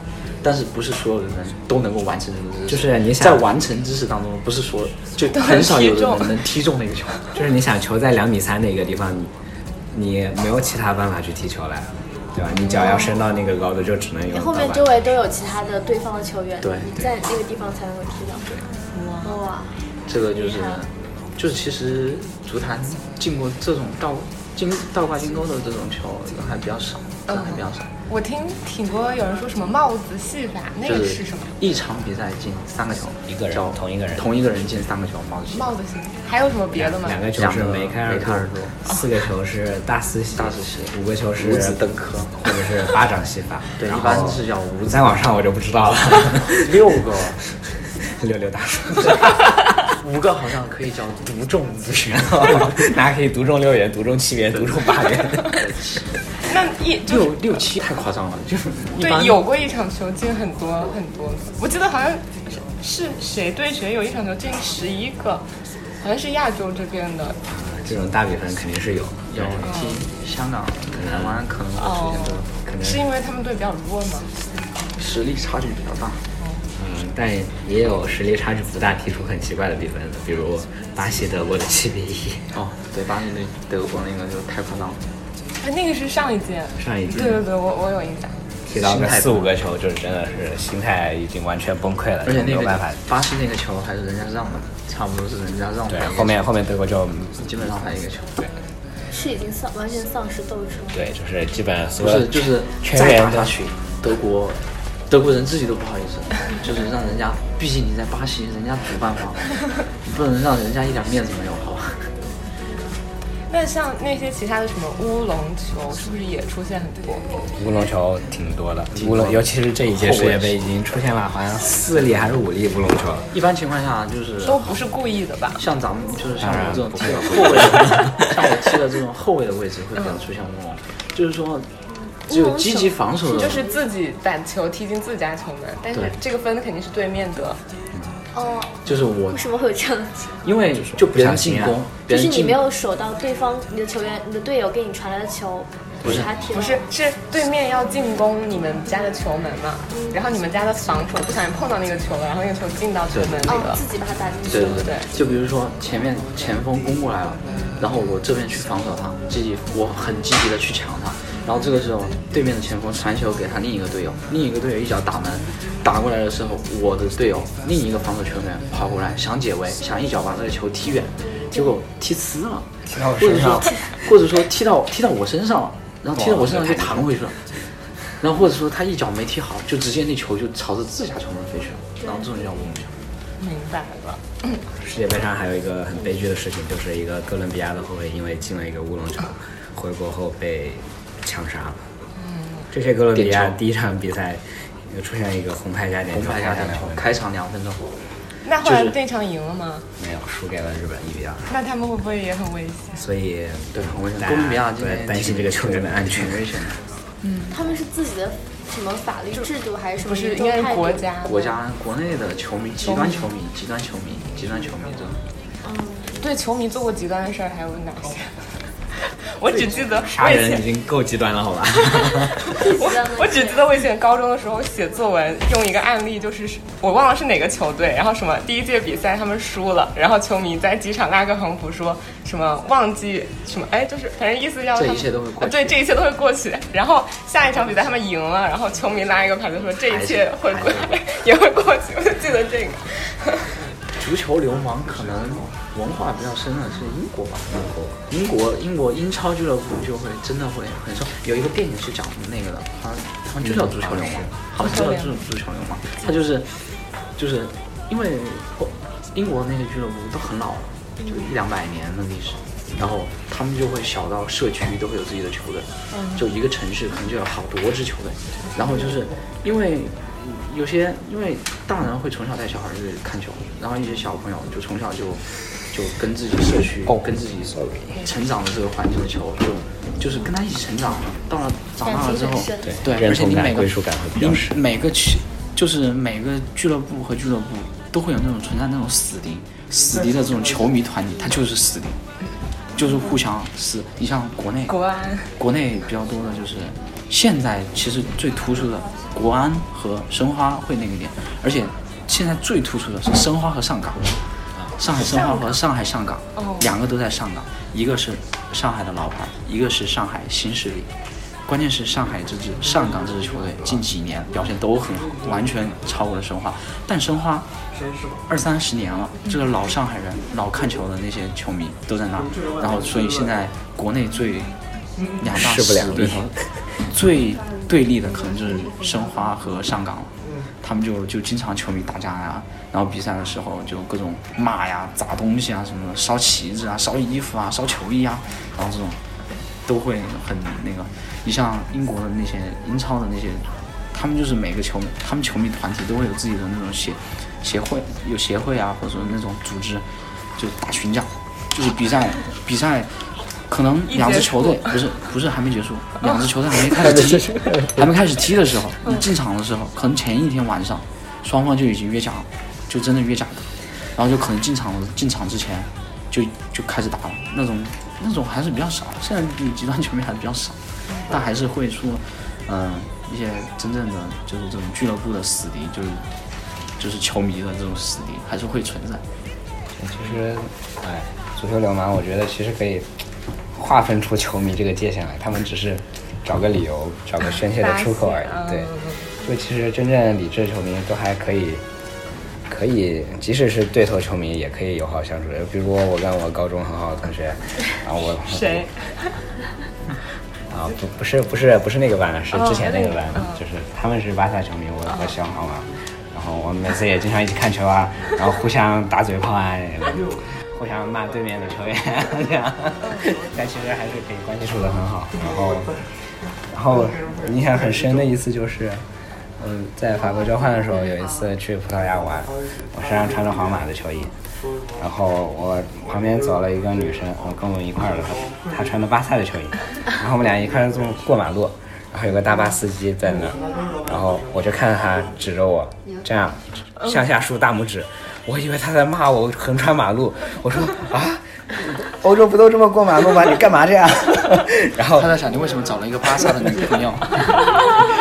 但是不是所有的人都能够完成这个姿势。
就是你想
在完成姿势当中，不是说就很少有的人能踢中那个球。
就是你想球在两米三的一个地方，你你没有其他办法去踢球来了，对吧？你脚要伸到那个高度，就只能
你
用
后面
到
周围都有其他的对方的球员，
对
你在那个地方才能够踢到。哇，
*laughs* 这个就是，就是其实足坛进过这种倒进倒挂金钩的这种球还比较少，真的还比较少。
我听挺多有人说什么帽子戏法，嗯那
就
个是什么？
一场比赛进三个球，
一个人
叫
同一个人
同一个人进三个球，帽子戏
帽子戏法还有什么别的吗？
两个球是梅开二
梅开二度
四个球是大四喜，
大四喜
五个球是
五子登科。
或者是巴掌戏法
对
然
一般
后
是叫五子
再往上我就不知道了。
六个，
六六大顺，
五个好像可以叫独中之选，
大家可以独中六元，独中七元，独中八元。
那一就是
*laughs* 六六七太夸张了，就是一般
对，有过一场球进很多很多，我记得好像是谁对谁有一场球进十一个，好像是亚洲这边的。
这种大比分肯定是有，
有踢香港、台湾可能会出现这种，
哦
可能
是因为他们队比较弱吗？
实力差距比较大。
嗯，但也有实力差距不大，踢出很奇怪的比分的，比如巴西德国的七比一。
哦，对，巴西对德国那个就太夸张了，
哎，那个是上一届。
上一届
对对对，我我有印象。
踢到
心
个
态
四五个球，就真的是心态已经完全崩溃了，
而且
就没
那
有
个
办法。
巴西那个球还是人家让的，差不多是人家让
对
的，，
后面后面德国就
基本上还有一个球。
对
是已经丧完全丧失斗志了。
对，就是基本所
不
有
是，就是
全
再
员
打
都
下去，德国德国人自己都不好意思，就是让人家，毕竟你在巴西，人家主办方，你不能让人家一点面子没有，好吧？
那像那些其他的什么乌龙球，是不是也出现很多？
乌龙球挺多的，
挺
乌
多的
龙尤其是这一届世界杯已经出现了好像四粒还是五粒乌龙球，
一般情况下就是
都不是故意的吧？
像咱们就是像我
当然
这种
不
踢
会
的
有
后卫的，像我踢的这种后卫的位置会比较出现乌龙，就是说只有积极防守的，
就是自己把球踢进自家球门，但是
对
这个分肯定是对面得。
哦，
就是我
为，什么会有这样的情况？
因为就别人进
不小
攻
心啊，
别
就是
人
你
进
没有守到对方，你的球员、你的队友给你传来的球，
不是
他踢了
不是，是对面要进攻你们家的球门嘛，然后你们家的防守不小心碰到那个球了，然后那个球进到球门里
哦，
了
自。己把它打进去
对
了。
对对
对，
就比如说前面前锋攻过来了，然后我这边去防守他，积极，我很积极的去抢他，然后这个时候对面的前锋传球给他另一个队友，另一个队友一脚打门，打过来的时候，我的队友另一个防守球员跑过来想解围，想一脚把这个球踢远，结果踢呲了，
踢到我
或者
身上
说或者说踢到踢到我身上了，然后踢到我身上就弹回去了。然后或者说他一脚没踢好，就直接那球就朝着自家球门飞去了，然后这种叫乌龙球。
明白了。
世界杯上还有一个很悲剧的事情，就是一个哥伦比亚的后卫因为进了一个乌龙球，回国后被枪杀了。这是哥伦比
嗯
亚
点球
第一场比赛又出现一个红牌加点
红
球，
牌加点球，开场两分钟，
那后来
就是
那场赢了吗？
没有输给了日本一比二，
那他们会不会也很危险？
所以
对，很危险。
大
哥
家
伦比亚
不
啊今
要
天
担心这个球员的安全
挺。危险的。
他们是自己的什么法律制度还是什
不
么
是，应
运动
该
态
是
度？
国家
国家国内的球迷，极端球迷，极端球迷，极端球迷，这种
对球迷做过极端的事儿还有哪
*laughs*
些？我只记得
杀
我以
人已
前
经够极端了，好吧？
我我只记得我以前高中的时候写作文，用一个案例，就是我忘了是哪个球队，然后什么第一届比赛他们输了，然后球迷在机场拉个横幅说什么忘记什么，哎，就是反正意思要他们
这一切都会过去
哦对，这一切都会过去。然后下一场比赛他们赢了，然后球迷拉一个牌子说这一切会过， *laughs* 也会过去。我就记得这个。
足球流氓可能文化比较深的是英国吧，英国，英国英超俱乐部就会真的会很少。有一个电影是讲那个的，好像好像就叫足球流氓，好像就叫足足球流氓。他就是就是因为英国那些俱乐部都很老了，
嗯
就一两百年的历史，然后他们就会小到社区都会有自己的球队，
嗯
就一个城市可能就有好多支球队，然后就是因为。有些因为大人会从小带小孩去看球，然后一些小朋友就从小就就跟自己社区、跟自己成长的这个环境的球，就就是跟他一起成长。到了长大了之后
感情很深，
对，
认
而且
同
你
感
每个
归属感会比较
你
深
每个区就是每个俱乐部和俱乐部都会有那种存在那种死敌，死敌的这种球迷团体，他就是死敌，就是互相撕。你像国内，
国安，
国内比较多的就是现在其实最突出的国安和申花会那个点，而且现在最突出的是申花和上港，上海申花和上海上港
哦，
两个都在上港，一个是上海的老牌，一个是上海新势力。关键是上海这支上港这支球队近几年表现都很好，完全超过了申花。但申花二三十年了，这个老上海人、老看球的那些球迷都在那儿，然后所以现在国内最两大
势不两
对
立
头，最对立的可能就是申花和上港了。他们就就经常球迷打架呀，然后比赛的时候就各种骂呀、砸东西啊什么的，烧旗子啊、烧衣服啊、烧球衣啊，然后这种都会很那个。你像英国的那些英超的那些，他们就是每个球迷，他们球迷团体都会有自己的那种协协会，有协会啊，或者说那种组织，就打群架，就是比赛比赛。可能两支球队不是不是还没结束，两支球队还没开始踢，还没开始踢的时候，你进场的时候，可能前一天晚上，双方就已经约架了，就真的约架了，然后就可能进场进场之前就就开始打了，那种那种还是比较少，现在比极端球迷还是比较少，但还是会说，嗯、一些真正的就是这种俱乐部的死敌，就是就是球迷的这种死敌还是会存在。
其实，哎，足球流氓，我觉得其实可以划分出球迷这个界限来，他们只是找个理由，找个宣泄的出口而
发
已。
泄
对
嗯，
就其实真正理智的球迷都还可以，可以，即使是对头球迷也可以友好相处的。比如我跟我高中很好的同学，然后我
谁？
啊，不不是不是不是那个班，是之前那个班，嗯哦
哦
就是他们是巴萨球迷，我和小黄嘛，然后我们每次也经常一起看球啊，然后互相打嘴炮啊，也互相骂对面的球员啊这样， *laughs* 但其实还是可以关系处得很好。然后，然后印象很深的一次就是。嗯，在法国交换的时候，有一次去葡萄牙玩，我身上穿着皇马的球衣，然后我旁边走了一个女生，我跟我一块儿的，她她穿的巴萨的球衣，然后我们俩一块儿这么过马路，然后有个大巴司机在那儿，然后我就看着他指着我这样向下竖大拇指，我以为他在骂我横穿马路，我说啊，欧洲不都这么过马路吗？你干嘛这样？ *laughs* 然后
他在想你为什么找了一个巴萨的女朋友， *laughs*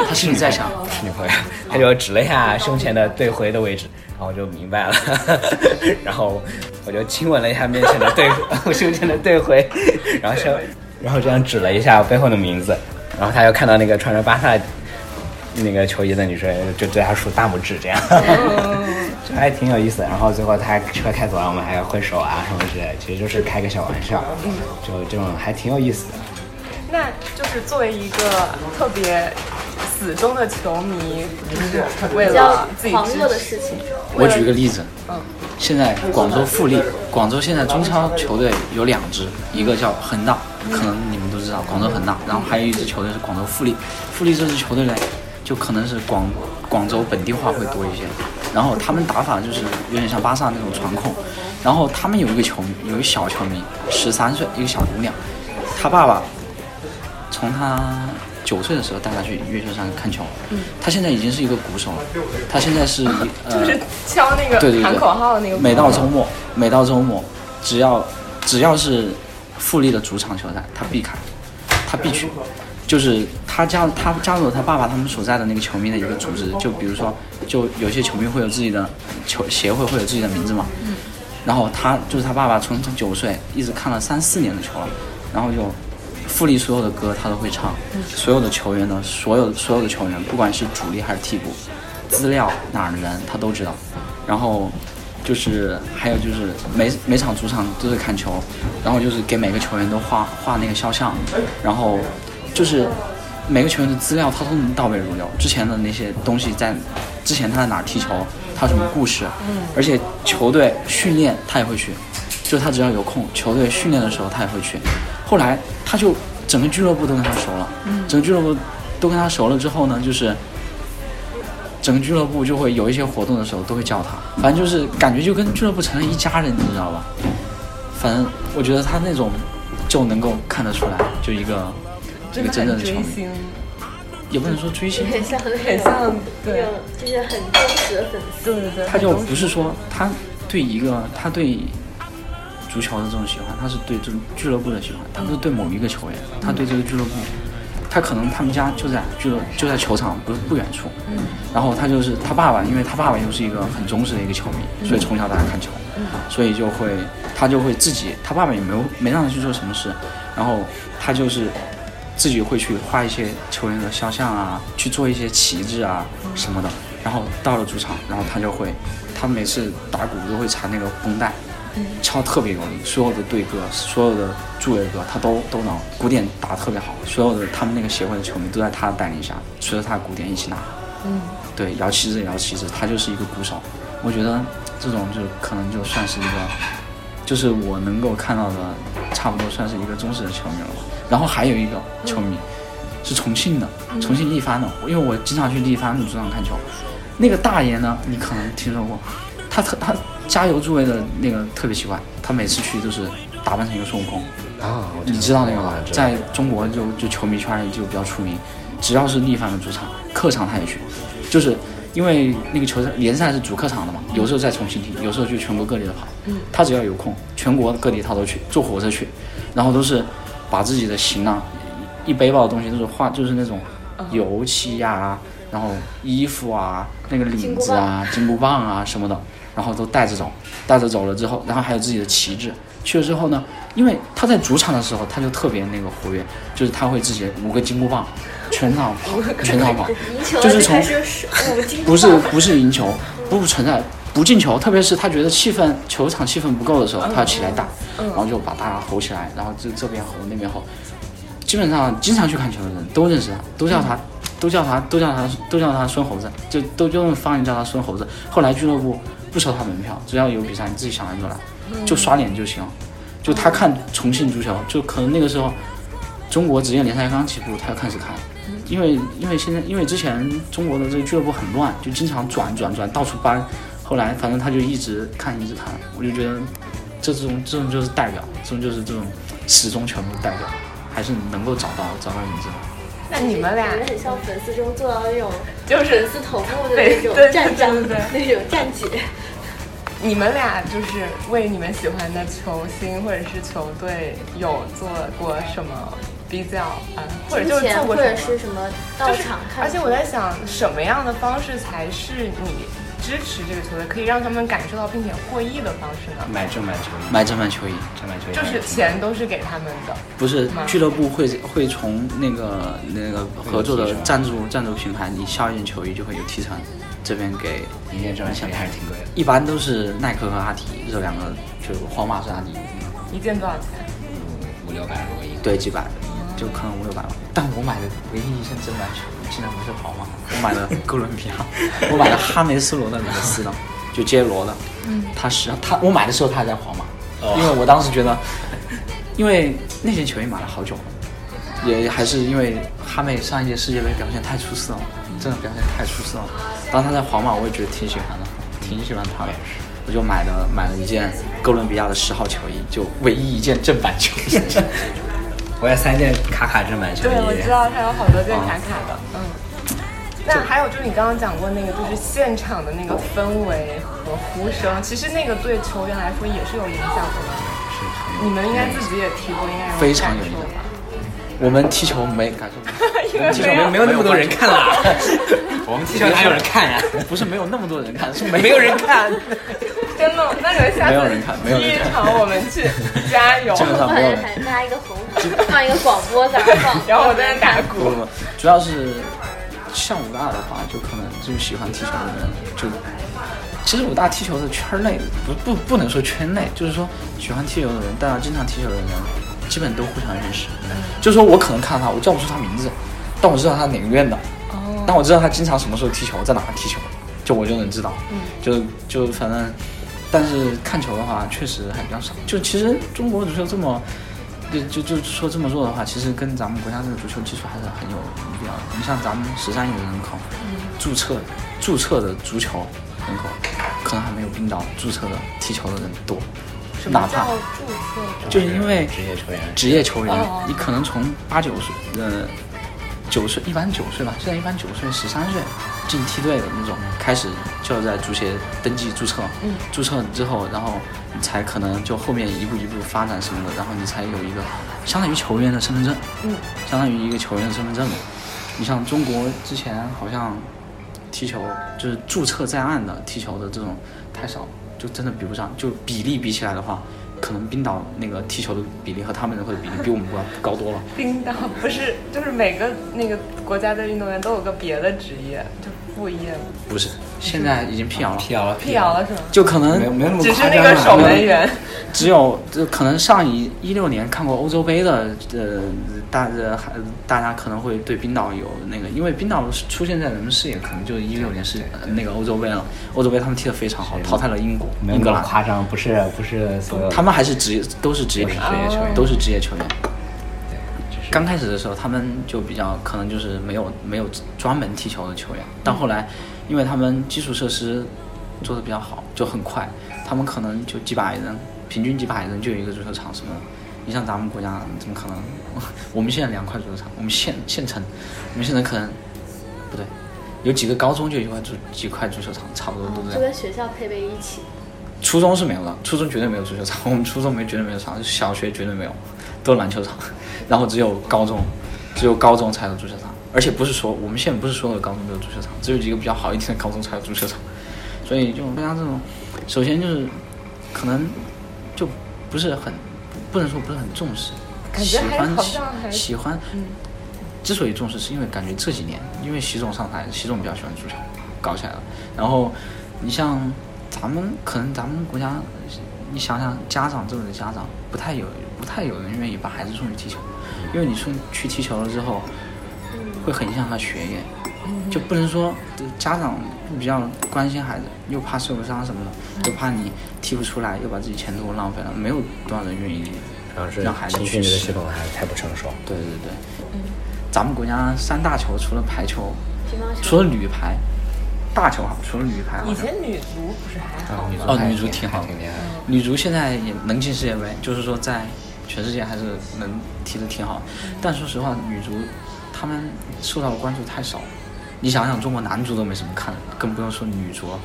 他心里在想，
女朋友， *laughs* 他就指了一下胸前的对回的位置，然后我就明白了， *laughs* 然后我就亲吻了一下面前的对，我 *laughs* 胸前的对回，然后就，然后这样指了一下我背后的名字，然后他又看到那个穿着巴萨那个球衣的女生，就对他竖大拇指这样， *laughs* 就还挺有意思的。然后最后他车开走了，我们还要挥手啊什么之类的，其实就是开个小玩笑，就这种还挺有意思的。
那就是作为一个特别死忠的球迷，就是为
比较
了啊自己
狂
支
热的
持
事情。
我举个例子，
嗯
现在广州富力，广州现在中超球队有两支，一个叫恒大，可能你们都知道广州恒大，然后还有一支球队是广州富力，富力这支球队呢，就可能是广广州本地化会多一些，然后他们打法就是有点像巴萨那种传控，然后他们有一个球迷，有一个小球迷，十三岁，一个小姑娘，她爸爸从他九岁的时候带他去越秀山看球，
嗯
他现在已经是一个鼓手了，他现在是一
*laughs*
呃，
就是敲那个
对对对，
喊口号的那个。
每到周末，每到周末，只要只要是富力的主场球赛，他必看，他必去。就是他加他加入了他爸爸他们所在的那个球迷的一个组织，就比如说，就有些球迷会有自己的球协会会有自己的名字嘛。然后他就是他爸爸从他九岁一直看了三四年的球了，然后就富力所有的歌他都会唱，所有的球员的所有所有的球员，不管是主力还是替补，资料哪儿的人他都知道。然后就是还有就是每每场主场都是看球，然后就是给每个球员都画画那个肖像，然后就是每个球员的资料他都能倒背如流，之前的那些东西在之前他在哪儿踢球，他有什么故事，
嗯
而且球队训练他也会去，就他只要有空，球队训练的时候他也会去。后来他就整个俱乐部都跟他熟了，
嗯
整个俱乐部都跟他熟了之后呢，就是整个俱乐部就会有一些活动的时候都会叫他，反正就是感觉就跟俱乐部成了一家人，你知道吧？反正我觉得他那种就能够看得出来，就一个一
真
个
的
真正
很
的
追
球迷，
星，
也不能说追星，
很像那种
很像对
那种就是很忠实的粉丝。
对对对，
他就不是说他对一个他对足球的这种喜欢，他是对这种俱乐部的喜欢，他不是对某一个球员，他对这个俱乐部，他可能他们家就在俱乐就在球场不是不远处，嗯，然后他就是他爸爸，因为他爸爸又是一个很忠实的一个球迷，所以从小带他看球，所以就会他就会自己，他爸爸也没有没让他去做什么事，然后他就是自己会去画一些球员的肖像啊，去做一些旗帜啊什么的。然后到了主场，然后他就会，他每次打鼓都会缠那个绷带，敲特别有力，所有的队歌、所有的助威歌他都都能，鼓点打得特别好，所有的他们那个协会的球迷都在他的带领下，随着他的鼓点一起拿。嗯，对，摇旗子，摇旗子，他就是一个鼓手。我觉得这种就可能就算是一个就是我能够看到的，差不多算是一个忠实的球迷了。然后还有一个球迷、是重庆的，重庆力帆的，因为我经常去力帆主场看球。那个大爷呢，你可能听说过，他特他加油助威的那个特别奇怪，他每次去都是打扮成一个孙悟空。
啊，我
哦你知道那个吧
我？知道
在中国就就球迷圈里就比较出名，只要是力帆的主场，客场他也去，就是因为那个球赛联赛是主客场的嘛，有时候在重庆踢，有时候去全国各地的跑，他只要有空，全国各地他都去，坐火车去，然后都是把自己的行囊一背包的东西都是画，就是那种油漆呀、然后衣服啊，那个领子啊、金箍棒啊什么的，然后都带着走，带着走了之后，然后还有自己的旗帜。去了之后呢，因为他在主场的时候，他就特别那个活跃，就是他会自己五个金箍棒，全场跑，全场跑，
赢球
就是
了
从
开始
*laughs*
嗯数五金
不是不是赢球，不存在不进球，特别是他觉得气氛球场气氛不够的时候，他要起来打，然后就把大家吼起来，然后这这边吼那边吼，基本上经常去看球的人都认识他，都叫他，都叫他，都叫他，都叫他孙猴子，就都就用方言叫他孙猴子。后来俱乐部不收他门票，只要有比赛你自己想来就来，就刷脸就行。就他看重庆足球，就可能那个时候中国职业联赛刚起步，他就开始看。因为因为现在因为之前中国的这个俱乐部很乱，就经常转转转到处搬，后来反正他就一直看一直看，我就觉得这种这种就是代表，这种就是这种始终全部代表，还是能够找到找到你这种。
那你们俩
感觉很像粉丝中做到那种
就
粉
是
丝头目的
对
那种
对
站长，
对对
那种站姐。
你们俩就是为你们喜欢的球星或者是球队有做过什么比较啊，或者
之
就是
前
做
或
过
者
什么？
是什么到
就是
场，看球，
而且我在想，什么样的方式才是你支持这个球队，可以让他们感受到并且获益的方式呢？
买就买球衣，
买这门球衣，
就买球衣，
就是钱都是给他们的，
不是
吗
俱乐部会会从那个那个合作的赞助赞助平台，你下一件球衣就会有提成，这边给
一件这种球衣还是挺贵的。
一般都是耐克和阿迪这两个，就皇马是阿迪，
一件多少钱？
嗯五六百如果一
对，几百，就可能五六百吧。但我买的唯一一件正版球衣，竟然不是皇马，我买的哥伦比亚，我买的哈梅斯罗的米德斯的，就杰罗的。嗯，他是他，我买的时候他还在皇马，因为我当时觉得，因为那件球衣买了好久了，也还是因为哈梅上一届世界杯表现太出色了，真的表现太出色了。当他在皇马，我也觉得挺喜欢的，挺喜欢他的。我就买了买了一件哥伦比亚的十号球衣，就唯一一件正版球衣。
我有三件卡卡正版球
对，我
衣
知，道他有好多件卡卡
哦
的，嗯。那还有就是你刚刚讲过那个，就是现场的那个氛围和呼声，其实那个对球员来说也是有影响的吧。你们应该自己也提过，应该有
非常
感
有影
受
响
吧？
我们踢球没感受不到，
因为
踢球没没有那么多人看啊啦， *laughs* 我们踢球哪有人看呀？
不是没有那么多人看，是
*laughs* 没有人看，
*laughs* 真的，那你们下次
没有人看没有人
第一
看
场我们
*laughs*
去加油
基，本上
放
没有
在
人。
台拿一个红牌，放一个广播在那儿放，
然后我在那打
不
鼓
不，，不主要是像武大的话，就可能就是喜欢踢球的人，就其实武大踢球的圈内不不不能说圈内，就是说喜欢踢球的人，大家经常踢球的人，基本都互相认识。就是说我可能看到他，我叫不出他名字，但我知道他哪个院的，
哦
但我知道他经常什么时候踢球，在哪踢球，就我就能知道。
嗯
就就反正，但是看球的话，确实还比较少。就其实中国足球这么。就就就说这么做的话，其实跟咱们国家这个足球技术还是很有必要的。你像咱们十三亿的人口，
嗯
注册注册的足球人口，可能还没有冰岛注册的踢球的人多，哪怕
叫注册
就是因为
职业球员
职业球员
哦，
你可能从八九岁，呃，九岁，一般九岁吧，现在一般九岁、十三岁进梯队的那种，开始就要在足协登记注册，嗯，注册之后，然后你才可能就后面一步一步发展什么的，然后你才有一个相当于球员的身份证，嗯，相当于一个球员的身份证了。你像中国之前好像踢球就是注册在案的踢球的这种太少，就真的比不上，就比例比起来的话。可能冰岛那个踢球的比例和他们的会比例比我们高高多了。
冰岛 *laughs* 不是就是每个那个国家的运动员都有个别的职业，就副业
不是，现在已经辟谣了，
辟谣了，
辟谣了是吗？
就可能
没有没嗯有那么
只是
夸
那
张啊
个
了
守门员，
只有这可能上一一六年看过欧洲杯的，呃，大呃还大家可能会对冰岛有那个，因为冰岛出现在人们视野可能就是一六年是呃那个欧洲杯了，欧洲杯他们踢得非常好，
是
淘汰了英国、
没
英
有那
格
么
兰，
夸张，不是不是所有的
他们还是职业都是职业
都是职业球员
都是职业球员。
对，只是
刚开始的时候，他们就比较可能就是没有没有专门踢球的球员，但后来，因为他们基础设施做的比较好，就很快，他们可能就几百人，平均几百人就有一个足球场什么的。你像咱们国家怎么可能？我们现在两块足球场，我们县县城，我们县城可能不对，有几个高中就有一块足几块足球场，差不多都这
哦就
样。
跟学校配备一起。
初中是没有的，初中绝对没有足球场，我们初中没绝对没有场，小学绝对没有，都是篮球场， *laughs* 然后只有高中，只有高中才有足球场，而且不是说我们县不是所有的高中都有足球场，只有几个比较好一点的高中才有足球场，所以就像这种，首先就是可能就不是很不能说不是很重视，
感
喜
觉还
欢
好像还
喜欢，之所以重视是因为感觉这几年因为习总上台，习总比较喜欢足球，搞起来了，然后你像咱们可能咱们国家，你想想家长这种的家长不太有不太有人愿意把孩子送去踢球，因为你送去踢球了之后，会很影响他学业，就不能说呃家长比较关心孩子，又怕受伤什么的，又怕你踢不出来，又把自己前途浪费了，没有多少人愿意
然后是
让孩子
青
去
训这个
试
系统还太不成熟，
对对对，
嗯
咱们国家三大球除了排球，
乒乓
除
球
了女排，大球好，除了女排好
*laughs* 以
像
前女足不是还好
啊，
吗？
哦女足
足
挺好的
挺厉害的。嗯
女足现在也能进世界杯，就是说在全世界还是能踢得挺好。
嗯
但说实话，女足他们受到的关注太少了。你想想，中国男足都没什么看的，更不用说女足了。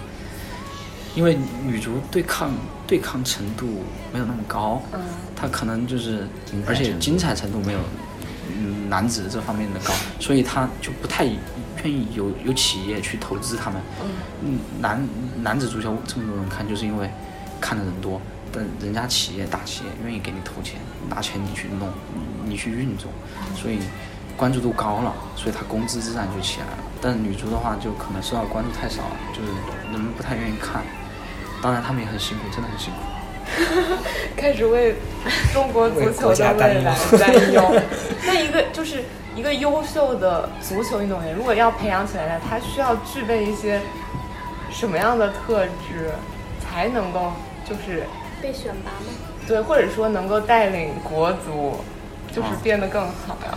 因为女足对抗对抗程度没有那么高，嗯，她可能就是
精彩程，度
而且精彩程度没有嗯男子这方面的高，所以她就不太愿意有有企业去投资他们。嗯，男男子足球这么多人看，就是因为看的人多，但人家企业大企业愿意给你投钱，拿钱你去弄，你你去运作，所以关注度高了，所以他工资自然就起来了。但女足的话，就可能受到关注太少了，就是人们不太愿意看。当然，他们也很辛苦，真的很辛苦。
开始为中国足球的未来担 *laughs* 忧。那一个就是一个优秀的足球运动员，如果要培养起来，他需要具备一些什么样的特质，才能够就是
被选拔吗？
对，或者说能够带领国足，就是
啊
变得更好呀、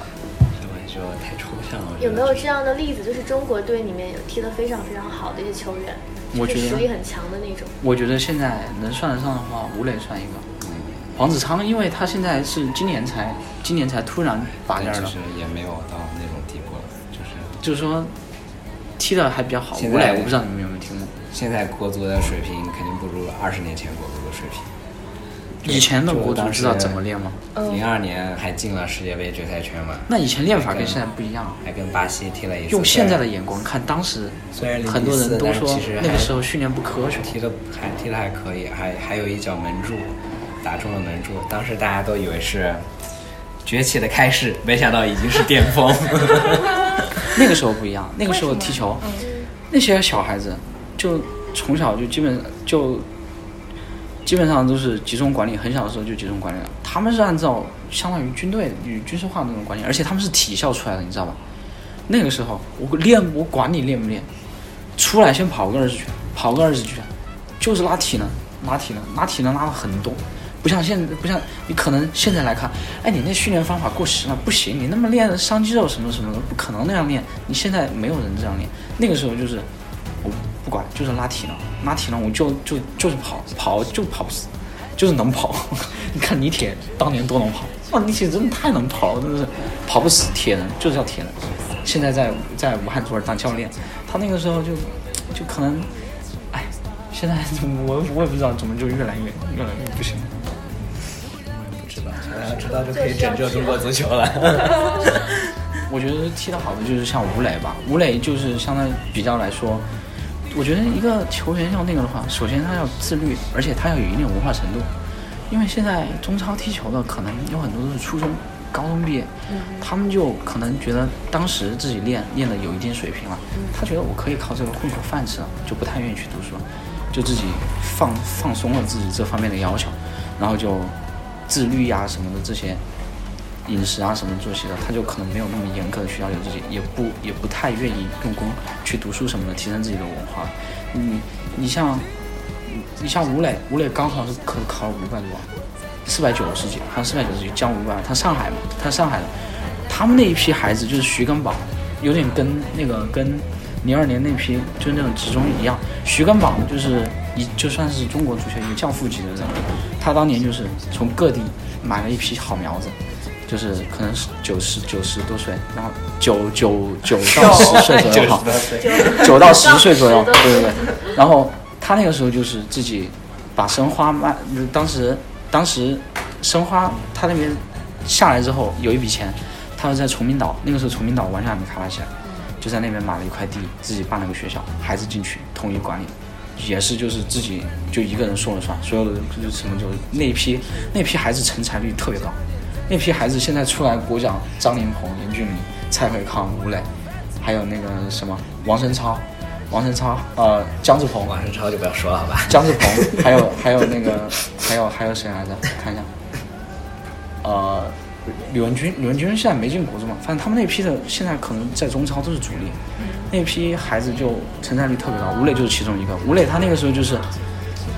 这我也就太抽象了。我觉
有
得
没有这样的例子？就是中国队里面有踢得非常非常好的一些球员，
我
就是
觉得
实力很强的那种。
我觉得现在能算得上的话，吴磊算一
嗯
个，黄子昌，因为他现在是今年才今年才突然拔尖
但
儿
其
的
实，也没有到那种地步了，就是
就是说踢的还比较好。
现
吴
在
磊，我不知道你们有没有听过。
现在国足的水平肯定不如二十年前国足的水平。
以前的国足知道怎么练吗？
零二年还进了世界杯决赛圈嘛，
那以前练法跟现在不一样啊。
还跟巴西踢了一次。
用现在的眼光看，当时
虽然
很多人都
0-4但是
说
其实还
那个时候训练不科学。
踢的还踢的还可以，还还有一脚门柱，打中了门柱。当时大家都以为是崛起的开始，没想到已经是巅峰。
*laughs* 那个时候不一样，那个时候踢球，那些小孩子就从小就基本就基本上都是集中管理，很小的时候就集中管理了。他们是按照相当于军队与军事化的那种管理，而且他们是体校出来的，你知道吧？那个时候我练我管你练不练，出来先跑个二十圈，跑个二十圈，就是拉体能，拉体能，拉体能拉了很多。不像现不像你可能现在来看，哎，你那训练方法过时了，不行，你那么练伤肌肉什么什么的，不可能那样练。你现在没有人这样练，那个时候就是我不管，就是拉体能，拉体能我就就就是跑跑就跑死，就是能跑。 *laughs* 你看李铁当年多能跑，哇，李铁真的太能跑了，真的是跑不死铁人，就是要铁人。现在在在武汉左尔当教练，他那个时候就就可能，哎，现在我我也不知道怎么就越来越越来越不行。
不知道，想要知道就可以拯救中国足球
*laughs*
了。
我觉得踢得好的就是像吴磊吧，吴磊就是相当于比较来说，我觉得一个球员要那个的话，首先他要自律，而且他要有一定文化程度，因为现在中超踢球的可能有很多都是初中、高中毕业，他们就可能觉得当时自己练练的有一定水平了，他觉得我可以靠这个混口饭吃了，就不太愿意去读书了，就自己放放松了自己这方面的要求，然后就自律呀、什么的这些。饮食啊什么作息的，他就可能没有那么严格的去要求自己，也不也不太愿意用功去读书什么的，提升自己的文化。你你像你像吴磊，吴磊高考是可考了五百多，四百九十几，好像四百九十几，将五百，他上海嘛，他上海的，他们那一批孩子就是徐根宝，有点跟那个跟零二年那批就是那种职中一样，徐根宝就是一就算是中国足球一个教父级的人物，他当年就是从各地买了一批好苗子。就是可能是九十九十多岁，然后九九九到十岁左
*laughs*
右，好， *laughs* 九到十岁左右，对对对。然后他那个时候就是自己把申花卖，当时当时申花他那边下来之后有一笔钱，他是在崇明岛，那个时候崇明岛完全还没开发起来，就在那边买了一块地，自己办了个学校，孩子进去统一管理。也是，就是自己就一个人说了算，所有的就是什么就是那批那批孩子成才率特别高，那批孩子现在出来国脚，张琳芃、林俊林、蔡慧康、吴磊，还有那个什么王声超、王声超，呃，姜志鹏，
王胜超就不要说了好吧？
姜志鹏，还有还有那个还有还有谁来着？看一下，呃，李文军，李文军现在没进国足嘛，反正他们那批的现在可能在中超都是主力，那批孩子就成才率特别高，吴磊就是其中一个。吴磊他那个时候就是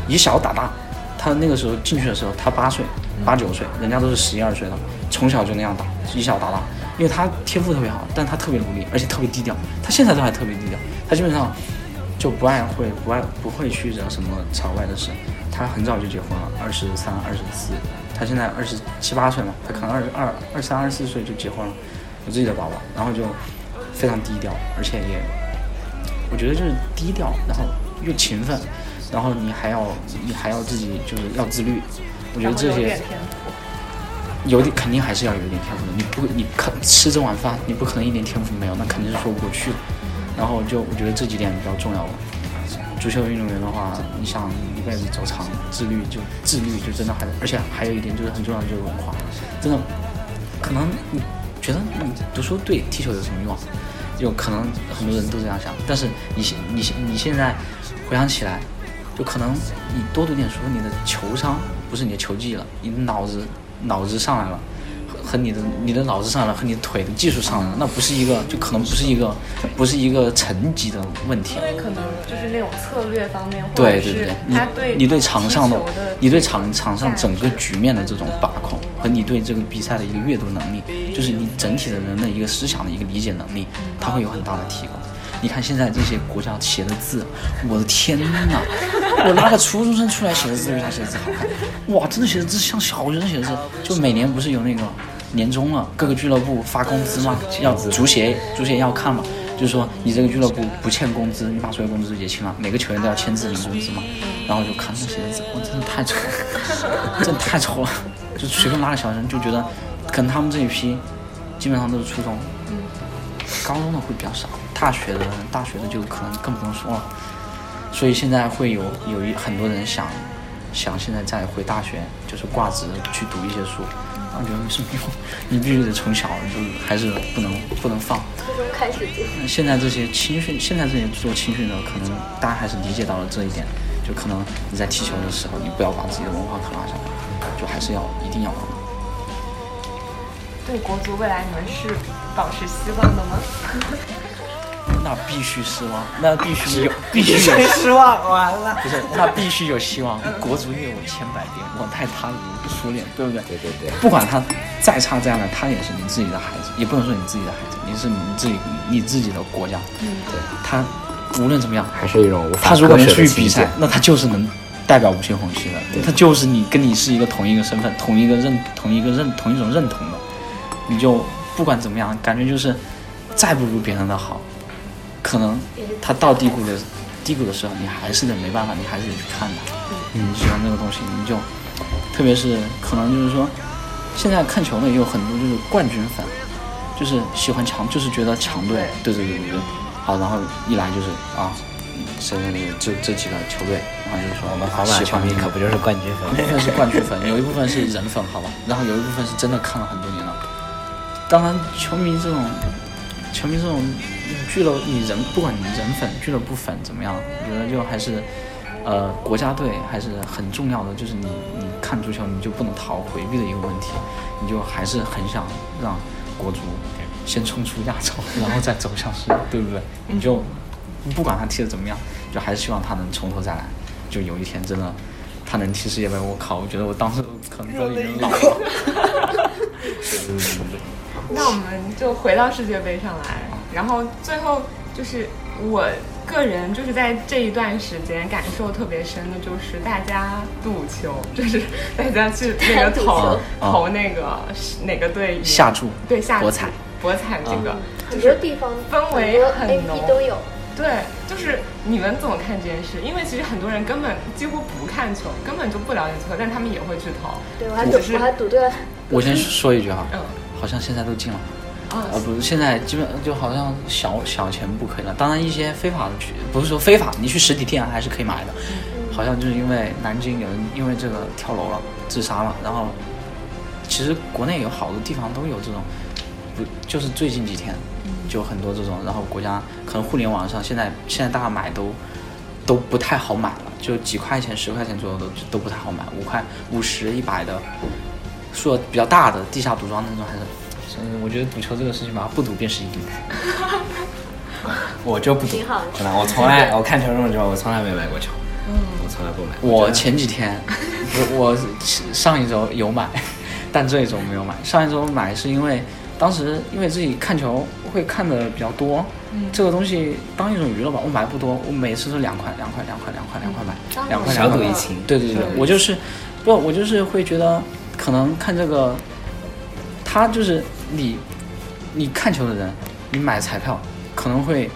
以小打大，他那个时候进去的时候他八岁、八九岁，人家都是十一二岁的，从小就那样打，以小打大。因为他天赋特别好，但他特别努力，而且特别低调。他现在都还特别低调，他基本上就不爱会不爱不会去惹什么场外的事。他很早就结婚了，二十三、二十四，他现在二十七八岁嘛，他可能二二二三、二十四岁就结婚了，有自己的宝宝，然后就非常低调，而且也，我觉得就是低调，然后又勤奋，然后你还要你还要自己就是要自律，我觉得这
然后有
些
点天赋
有点肯定还是要有一点天赋的。你不你可吃这碗饭，你不可能一点天赋没有，那肯定是说不过去的。然后就我觉得这几点比较重要吧。足球运动员的话，你想一辈子走长，自律就自律就真的还，而且还有一点就是很重要的就是文化，真的，可能你觉得你读书对踢球有什么用啊？就可能很多人都这样想，但是你现你现你现在回想起来，就可能你多读点书，你的球商不是你的球技了，你的脑子脑子上来了。和和你的你的脑子上来了，和你的腿的技术上来了，那不是一个，就可能不是一个，不是一个层级的问题
因。为可能就是那种策略方面，或者
对对对
是，
你
他对
你对场上
的
的，你对场场上整个局面的这种把控，和你对这个比赛的一个阅读能力，就是你整体的人的一个思想的一个理解能
嗯
力，它会有很大的提高。你看现在这些国家写的字，我的
*laughs*
天呐！我拉个初中生出来写的字比他写的字好看，哇，真的写的字像小学生写的字。就每年不是有那个年终了，各个俱乐部发工资嘛，要足协足协要看嘛，就是说你这个俱乐部不欠工资，你把所有工资结清了，每个球员都要签字领工资嘛。然后我就看他写的字，哇，真的太丑了， *laughs* 真的太丑了，就随便拉个小人就觉得，可能他们这一批基本上都是初中，高中的会比较少，大学的大学的就可能更不用说了。所以现在会有有一很多人想想现在再回大学，就是挂职去读一些书，我觉得没什么用，你必须得从小就是还是不能不能放。
初中开始就
那现在这些青训，现在这些做青训的，可能大家还是理解到了这一点，就可能你在踢球的时候，你不要把自己的文化课拉下来，就还是要一定要。
对国足未来你们是保持希望的吗？
那必须失望，那必须有，必须 *laughs* 有
失望完了。
不是，那必须有希望。国足虐我千百遍，我待他如苏联，对不对？
对对对，
不管他再差再烂，他也是你自己的孩子，也不能说你自己的孩子，你是你自己你自己的国家。嗯，对。他无论怎么样，
还是一种无法
他如果能
割舍
出
的
去比赛
情，
那他就是能代表无限红旗的，他就是你跟你是一个同一个身份、同一个认、同一个认、同一种认同的，你就不管怎么样，感觉就是再不如别人的好，可能他到低谷的低谷的时候，你还是得没办法，你还是得去看他。你喜欢这个东西，你就特别是可能就是说，现在看球的也有很多就是冠军粉，就是喜欢强，就是觉得强队，对对对对对，好，然后一来就是啊，谁谁谁这这几个球队，然后就是说
我们皇马
喜
球
欢
迷
这个
可不就是冠军
有一部
粉？
分是冠军粉，有一部分是人粉，好吧，然后有一部分是真的看了很多年了。当然，球迷这种，球迷这种嗯俱乐，你人不管你人粉、俱乐部粉怎么样，我觉得就还是，呃，国家队还是很重要的。就是你你看足球，你就不能逃回避的一个问题，你就还是很想让国足先冲出亚洲，然后再走向世界，对不对？你就不管他踢的怎么样，就还是希望他能从头再来，就有一天真的。他能踢世界杯，我靠！我觉得我当时可能都已经老了。 *laughs* 对对对对
那我们就回到世界杯上来，然后最后就是我个人就是在这一段时间感受特别深的就是大家赌球，就是大家去那
*laughs*
个
赌球
投
啊
投那个是哪个队赢
下注
对下注
博彩啊
博彩这个。
很多地方
氛围很
很多
浓
APP 都有，
对，就是你们怎么看这件事？因为其实很多人根本几乎不看球，根本就不了解球，但他们也会去投。
对我还
我
赌
是
我还赌对了，
我先说一句哈，
嗯
好像现在都禁了，
啊
啊、不是，现在基本就好像小小钱不可以了。当然一些非法的去，不是说非法，你去实体店还是可以买的。好像就是因为南京有人因为这个跳楼了，自杀了，然后其实国内有好多地方都有这种，不就是最近几天就很多这种，然后国家可能互联网上现在现在大家买都都不太好买了，就几块钱、十块钱左右都都不太好买，五块、五十、一百的，数额比较大的地下赌庄那种还是，所以我觉得赌球这个事情吧，不赌便是赢。
*laughs* 我就不赌，
挺好的
真的，我从来我看球这么久，我从来没买过球，我从来不买。
我
真的
前几天，我我上一周有买，但这一周没有买。上一周买是因为当时因为自己看球会看的比较多，这个东西当一种娱乐吧。我买不多，我每次都两块两块两块两块两块买，两块
小
两
赌
块
怡
买。
情，
对对对，我就是不，我就是会觉得可能看这个，他就是你你看球的人，你买彩票可能会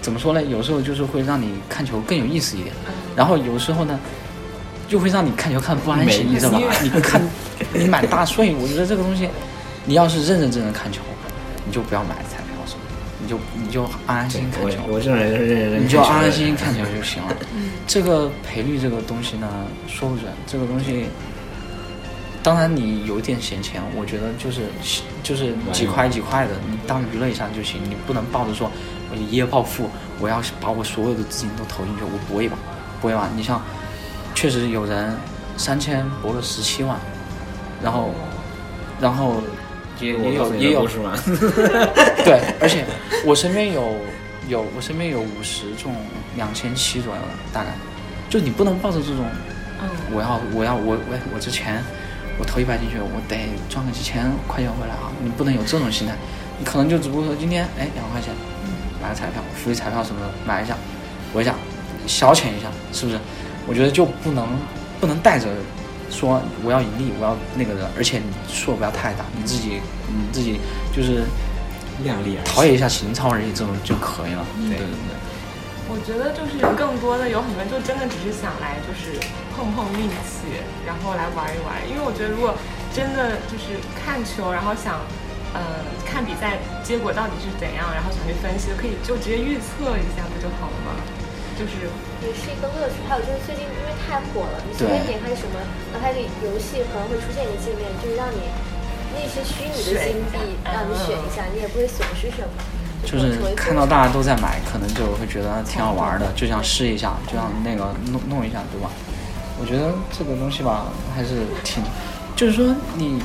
怎么说呢？有时候就是会让你看球更有意思一点，
嗯
然后有时候呢，就会让你看球看不安心，你知道吧？你看你买大，所以我觉得这个东西，你要是认认真真看球，你就不要买彩票什么的，你就你就安安心心看球。
我我这种人就是认认
你
真真看球的人，
就嗯安安心心看球就行了。这个赔率这个东西呢，说不准。这个东西，当然你有点闲钱，我觉得就是就是几块几块的，你当娱乐一下就行。你不能抱着说我一夜暴富，我要把我所有的资金都投进去，我不会吧？不会吧？你像，确实有人三千博了十七万，然后，然后也也有也有
是吗？
*laughs* 对，而且我身边有有我身边有五十中两千七左右的，大概，就你不能抱着这种，我要我要我我我之前我投一百进去，我得赚个几千块钱回来啊，你不能有这种心态，你可能就只不过说今天哎两块钱，买个彩票，福利彩票什么的买一下，我一下消遣一下，是不是？我觉得就不能不能带着说我要盈利，我要那个的，而且你数不要太大，你自己你自己就是
*laughs* 量 *laughs* 力而
陶冶一下情操而已，这种就可以了。嗯对对对，
我觉得就是更多的有很多人就真的只是想来就是碰碰运气，然后来玩一玩。因为我觉得如果真的就是看球，然后想呃看比赛结果到底是怎样，然后想去分析，可以就直接预测一下不就好了吗？就是
也是一个乐趣。还有就是最近因为太火了，你随
对
便点开什么，然后它这个游戏可能会出现一个界面，就是让你那些虚拟的
选一
金
下嗯
币让你选一下，你也不会损失什么。
就是看到大家都在买，可能就会觉得啊挺好玩的，就想试一下，就想那个弄弄一下，对吧？我觉得这个东西吧，还是挺，就是说你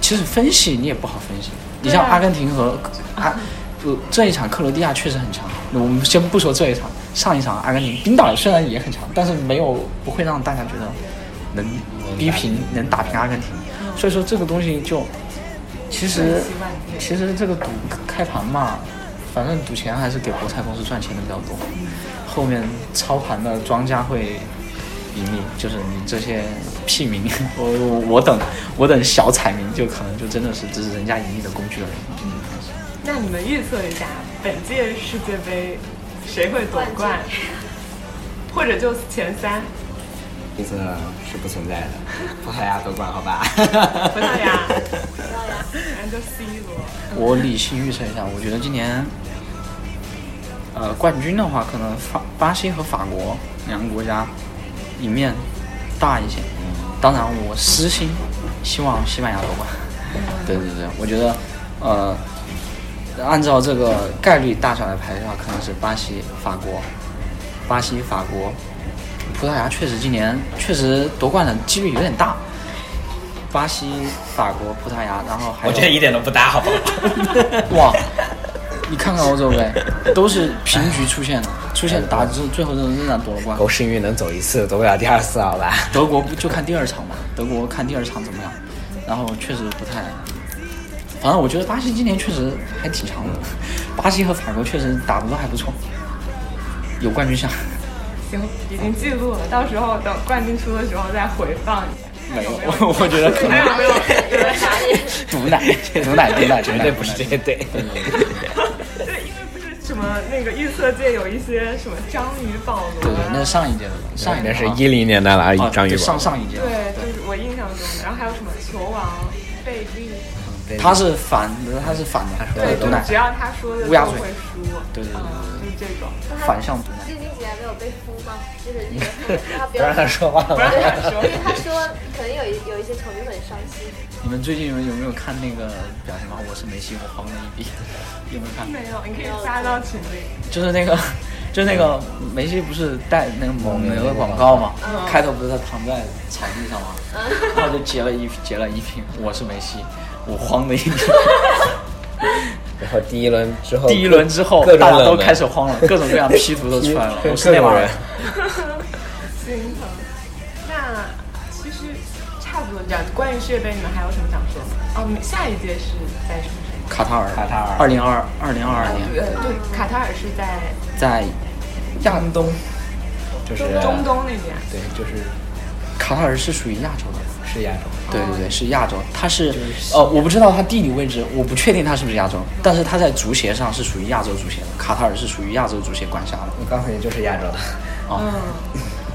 其实分析你也不好分析。你像阿根廷和阿不、这一场克罗地亚确实很强，我们先不说这一场，上一场阿根廷冰岛虽然也很强，但是没有不会让大家觉得能逼平能打平阿根廷，所以说这个东西就其实其实这个赌开盘嘛，反正赌钱还是给博彩公司赚钱的比较多，后面操盘的庄家会盈利，就是你这些屁民，哦我我我等我等小彩民就可能就真的是只是人家盈利的工具而已。嗯
那你们预测一下本届世界杯谁会夺冠
冠？
或者就前三，
这次是不存 *laughs* 在的，葡萄牙夺冠，好吧？
葡
葡
萄牙，
知道呀，
反正就 C 罗。
我理性预测一下，我觉得今年，呃，冠军的话，可能法巴西和法国两个国家赢面大一些。
嗯
当然，我私心希望西班牙夺冠。
嗯
对对对，我觉得，呃，按照这个概率大小来排的话，可能是巴西、法国、巴西、法国、葡萄牙。确实，今年确实夺冠的几率有点大。巴西、法国、葡萄牙，然后还有
*laughs* 我觉得一点都不搭，好不好？ *laughs*
*laughs* 哇，你看看欧洲杯，都是平局出现的，出现打之后最后仍然夺了冠。
狗屎运能走一次，走不了第二次，好 *laughs* 吧？
德国不就看第二场嘛？德国看第二场怎么样？然后确实不太，反正我觉得巴西今年确实还挺强的，巴西和法国确实打的都还不错，有冠军相。
行，已经记录了，到时候等冠军出的时候再回放一下。
没有，我 *laughs* 我觉得可
还有
能
没有？有人
毒奶，毒奶，毒奶，
*laughs* 绝对不是这些队。
对，因为不是什么那个预测界有一些什么章鱼保罗
对对，
啊，
那是上一届的，上一届
那
的
是
啊
一零年的了，而已
啊，
张雨
对上
宝。
上一届的，
对，就是我印象中的。然后还有什么球王贝利，
他是反的，他是反的，
对，
毒
就
奶
只，要他说的
乌鸦
都
嘴
会输，
对对对
啊就是这种，
反向 *laughs* 毒奶。
最近几年没有被封吗？就是觉得他不
不让
要
他说话
不让
了。
他
因为
说。
他说可能有一有一些球迷很伤心，
你们最近有有没有看那个表情包？我是梅西，我慌了一逼， *laughs* 有没有
*laughs*
看？
没有，你可以发到群里。
就是那个，就是那个梅西不是带那个蒙牛的广告嘛？开头不是他躺在草地上嘛，然后就截了一截了一屏，我是梅
*laughs*
西，我慌了一逼。
然后第一轮之
*laughs*
后，
第一轮之后
哦各，种
大家
冷
都
门
开始慌
*laughs*
了，各种各样的 P 图都出来了。我是那
各
帮
种
人
人，
心疼。那其实差不多这样。关于世界杯，你们还有什么想说的？哦，你们下一届是在什么时候？
卡塔尔，
卡塔尔
二零二二零二二年
呃，对，卡塔尔是在
在亚东，
就是
中东那边。
对，就是
卡塔尔是属于亚洲的。
是亚洲，
对对对，是亚洲，它哦是呃，我不知道它地理位置，我不确定它是不是亚洲，但是它在足协上是属于亚洲足协的，卡塔尔是属于亚洲足协管辖的
我告诉你就是亚洲。
啊。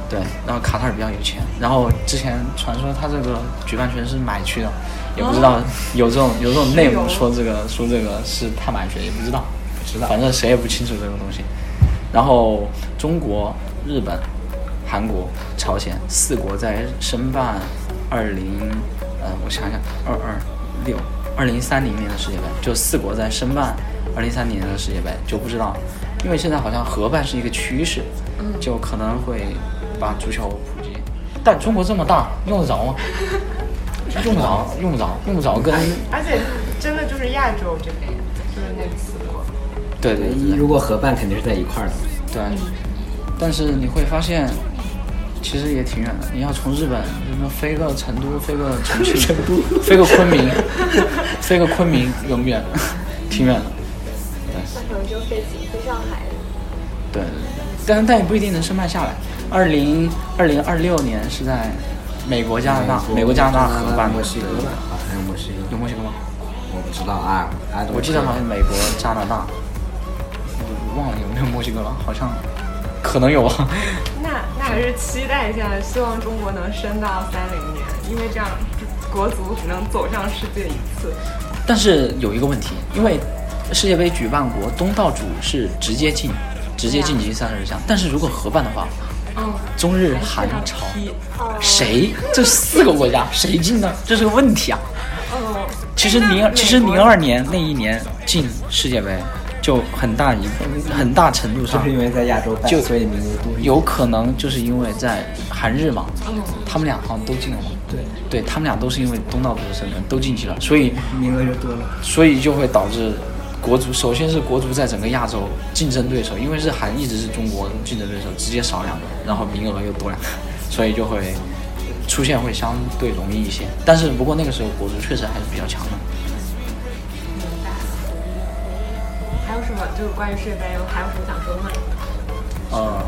对，然后卡塔尔比较有钱，然后之前传说他这个举办权是买去的，也不知道有这种有这种内幕说这个说这个是他买去的，也不知道，不知道，反正谁也不清楚这个东西。然后中国、日本、韩国、朝鲜四国在申办二零，呃，我想想，二二六二零三零年的世界杯，就四国在申办二零三零年的世界杯，就不知道，因为现在好像合办是一个趋势，就可能会把足球普及。但中国这么大，用得着吗？用不着，用不着，用不着
哎
跟
而且真的就是亚洲这边，就是那四国。
对对对
如果合办肯定是在一块儿的，
对，但是你会发现，其实也挺远的。你要从日本什么飞个成都，飞个重庆， *laughs* 成都飞个昆明， *laughs* 飞个昆明，永远挺远的。
那可能就飞机飞上海。
对对对，但但也不一定能申办下来。二零二零二六年是在美国、加拿大、美国、加拿大合办的，
墨西哥吧，好像有墨西哥
有，墨西哥吗？
我不知道啊，I don't
我记得
care
好像美国、加拿大，我忘了有没有墨西哥了，好像可能有啊。
那那还是期待一下，希望中国能升到三零年，因为这样国足只能走上世界一次。
但是有一个问题，因为世界杯举办国东道主是直接进，直接晋级三十强，但是如果合办的话，
嗯，
中日韩
要
朝
踢。
谁这四个国家谁进呢？这是个问题啊。
嗯，
其实
哎那
零其实
美国
零二年那一年进世界杯，就很大一很大程度
就
上
是因为在亚洲办，
就
所以名额多一点。
有可能就是因为在韩日嘛，
哦
他们俩好像都进了嘛。对，对他们俩都是因为东道主的身份都晋级了，所以
名额就多了，
所以就会导致国足，首先是国足在整个亚洲竞争对手，因为日韩一直是中国竞争对手，直接少两个，然后名额又多两个，所以就会出现会相对容易一些。但是不过那个时候国足确实还是比较强的。
还有什么？就是关于世界杯，还有什么想说的吗？
呃，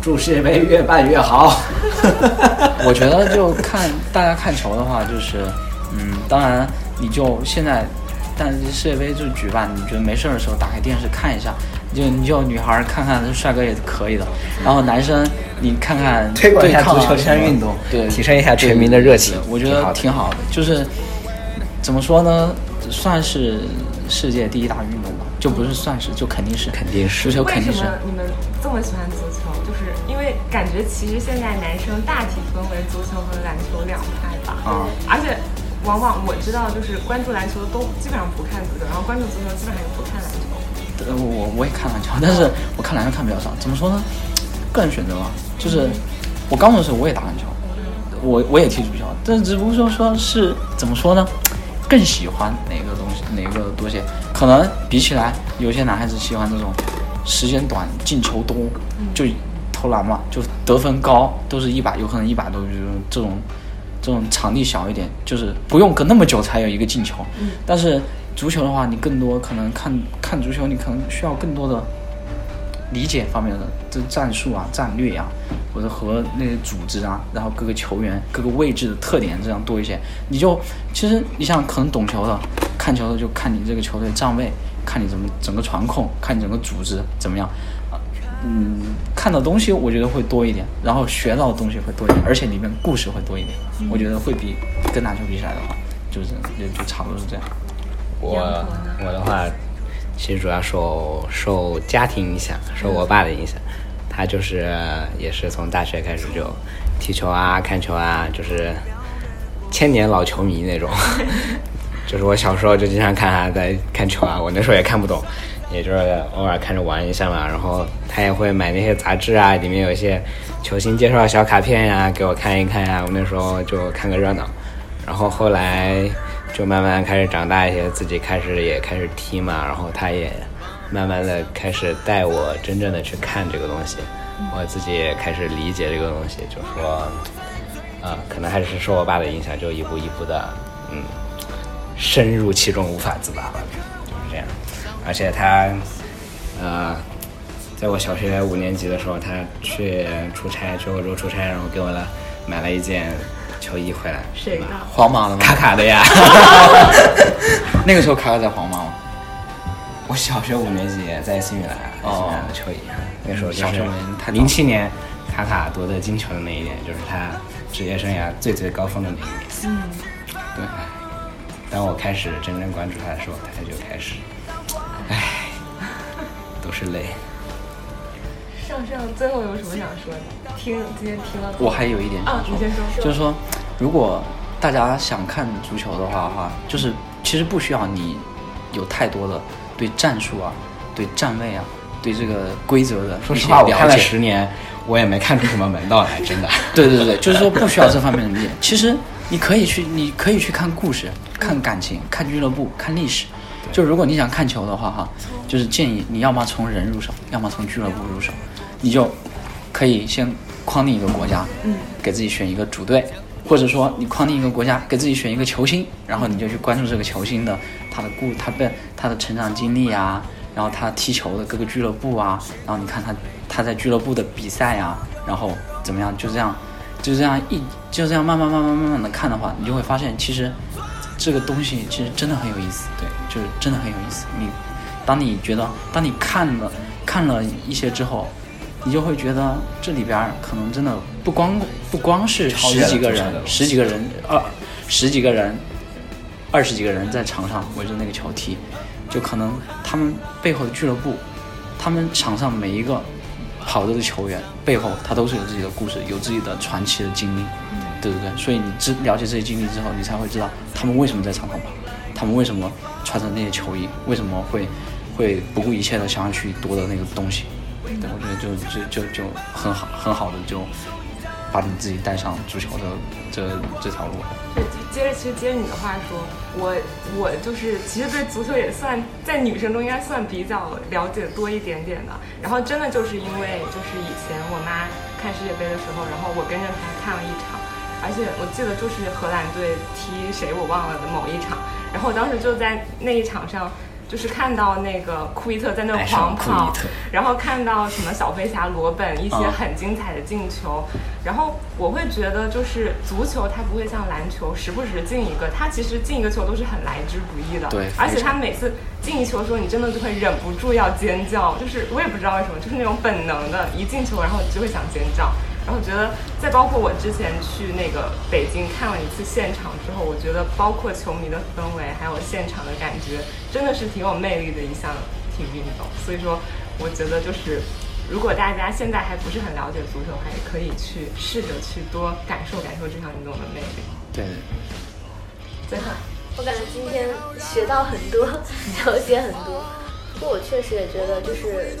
祝世界杯越办越好。
*laughs* 我觉得就看大家看球的话，就是嗯，当然你就现在但是世界杯就举办，你觉得没事儿的时候打开电视看一下，就你就女孩儿看看帅哥也是可以的，然后男生你看看
推广一下
对抗啊
足球这项
什么
运动
对，
提升一下全民的热情
对我觉
挺好
得
的
挺好的。就是怎么说呢，算是世界第一大运动吧，就不是算是，就肯定是
肯定是
足球肯
为
定
什
是
么。你们这么喜欢足球？就是因为感觉其实现在男生大体分为足球和篮球两派吧。
啊
而且往往我知道，就是关注篮球的都基本上不看足球，然后关注足球基本上也不看篮球。
呃，我我也看篮球，但是我看篮球看比较少。怎么说呢？个人选择吧，就是我高中的时候我也打篮球，我我也踢足球，但只不过说说是怎么说呢？更喜欢哪个东西哪个多些？可能比起来，有些男孩子喜欢这种时间短、进球多，就投篮嘛，就得分高，都是一百，有可能一百多，就是这种这种场地小一点，就是不用隔那么久才有一个进球。但是足球的话，你更多可能看看足球，你可能需要更多的理解方面的这战术啊、战略啊，或者和那些组织啊，然后各个球员各个位置的特点这样多一些。你就其实你像可能懂球的，看球的就看你这个球队站位，看你怎么整个传控，看你整个组织怎么样。啊嗯，看的东西我觉得会多一点，然后学到的东西会多一点，而且里面故事会多一点，我觉得会比跟篮球比起来的话，就是也就差不多是这样。
我我的话，其实主要受受家庭影响，受我爸的影响。他就是也是从大学开始就踢球啊、看球啊，就是千年老球迷那种。就是我小时候就经常看他在看球啊，我那时候也看不懂，也就是偶尔看着玩一下嘛。然后他也会买那些杂志啊，里面有一些球星介绍小卡片呀、给我看一看呀、我那时候就看个热闹。然后后来就慢慢开始长大一些，自己开始也开始踢嘛，然后他也慢慢的开始带我真正的去看这个东西，我自己也开始理解这个东西，就说，啊，可能还是受我爸的影响，就一步一步的，嗯，深入其中无法自拔吧，就是这样。而且他，呃，在我小学五年级的时候，他去出差去欧洲出差，然后给我了买了一件球衣回来，
谁的
妈
皇马了吗？
卡卡的呀。
那个时候卡卡在皇马吗？
我小学五年级也在新米兰，新米兰的球衣，那时候就
小
是
球迷太早
零七年卡卡夺得金球的那一年，就是他职业生涯最最高峰的那一年。嗯，对。当我开始真正关注他的时候，他就开始，唉，都是泪。
上上最后有什么想说的？听今天听了
我还有一点想
啊
说，
你先说
就是说，如果大家想看足球的话，哈，就是其实不需要你有太多的对战术啊、对站位啊、对这个规则的
说
一
实
些
话，我
了
看了
解。
十年，我也没看出什么门道来， *laughs* 真的。
对对对，就是说不需要这方面的理解。其实你可以去，你可以去看故事、
嗯
看感情、看俱乐部、看历史。就如果你想看球的话，哈，就是建议你要么从人入手，要么从俱乐部入手，你就可以先框定一个国家，嗯，给自己选一个主队，或者说你框定一个国家，给自己选一个球星，然后你就去关注这个球星的他的故他的他的成长经历啊，然后他踢球的各个俱乐部啊，然后你看他他在俱乐部的比赛啊，然后怎么样，就这样，就这样一就这样慢慢慢慢慢慢的看的话，你就会发现其实这个东西其实真的很有意思，对，就是真的很有意思。你当你觉得当你看了看了一些之后，你就会觉得这里边儿可能真的不光不光是
超
十
越了
几个
足
人
球的，
十几个人，二十几个人，二十几个人在场上围着那个球踢，就可能他们背后的俱乐部，他们场上每一个跑着的球员背后，他都是有自己的故事，有自己的传奇的经历，对不对？所以你知了解这些经历之后，你才会知道他们为什么在场上跑，他们为什么穿着那些球衣，为什么会会不顾一切的想要去夺得那个东西。对，我觉得就就就就很好，很好的就把你自己带上足球的这这条路。
对，接着其实接着你的话说，我我就是其实对足球也算在女生中应该算比较了解多一点点的。然后真的就是因为就是以前我妈看世界杯的时候，然后我跟着她看了一场，而且我记得就是荷兰队踢谁我忘了的某一场，然后我当时就在那一场上。就是看到那个库伊特在那
爱上
狂
哎库
跑
伊特，
然后看到什么小飞侠罗本一些
嗯
很精彩的进球，然后我会觉得就是足球它不会像篮球时不时进一个，它其实进一个球都是很来之不易的，
对
而且
非常
它每次进一球的时候，你真的就会忍不住要尖叫，就是我也不知道为什么，就是那种本能的，一进球然后就会想尖叫。然后觉得，再包括我之前去那个北京看了一次现场之后，我觉得包括球迷的氛围，还有现场的感觉，真的是挺有魅力的一项体育运动。所以说，我觉得就是，如果大家现在还不是很了解足球，还可以去试着去多感受感受这项运动的魅力。
对，
最后，
我感觉今天学到很多，了解很多。不过我确实也觉得，就是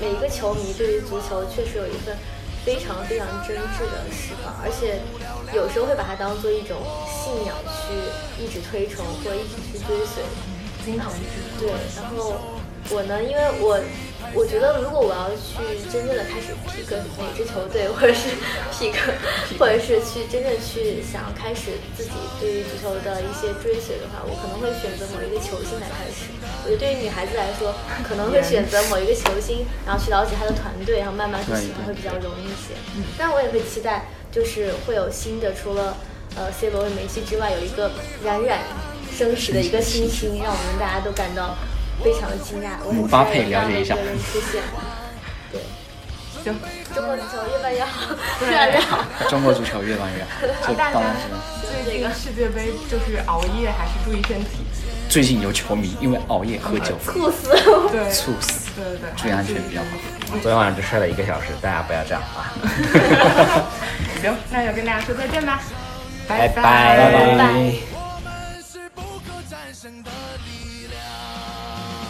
每一个球迷对于足球确实有一份非常非常真挚的释放，而且有时候会把它当做一种信仰去一直推崇或一直去追随。
经常去
对，然后我呢，因为我我觉得如果我要去真正的开始 pick 哪支球队，或者是 pick，或者是去真正去想要开始自己对于足球的一些追随的话，我可能会选择某一个球星来开始。我觉得对于女孩子来说，可能会选择某一个球星，然后去了解他的团队，然后慢慢去喜欢会比较容易一些。
嗯
但我也会期待，就是会有新的，除了呃 C 罗和梅西之外，有一个冉冉升起的一个新星，让我们大家都感到非常的惊讶。我很
姆
期
嗯巴
待
佩
有这样
了
的
解一
一
下
个人出现。对，
行，
中国足球越办越好，越来越好。
中国足球越办越
*laughs*
好，这
大
当
家
然是。
最近世界杯就是熬夜还是注意身体，
最近有球迷因为熬夜喝酒
酷死我！
对，
猝死，
对对对，
注意安全比
*laughs*
较好。
昨天晚上只睡了一个小时，大家不要这样啊！
行，那就跟大家说再见吧，
拜
拜
拜
拜。
是不可战胜的力量。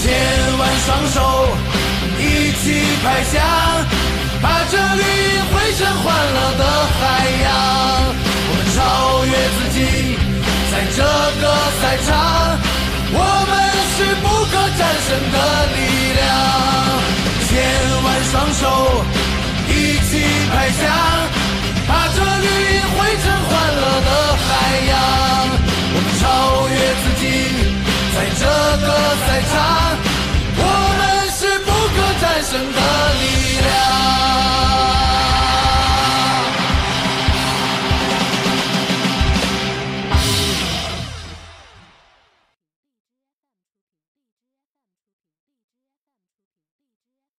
千万双手一起拍响，把这里汇成欢乐的海洋。我们超越自己，在这个赛场，我们是不可战胜的力量。千万双手一起拍响，把这里汇成欢乐的海洋。我们超越自己。在这个赛场，我们是不可战胜的。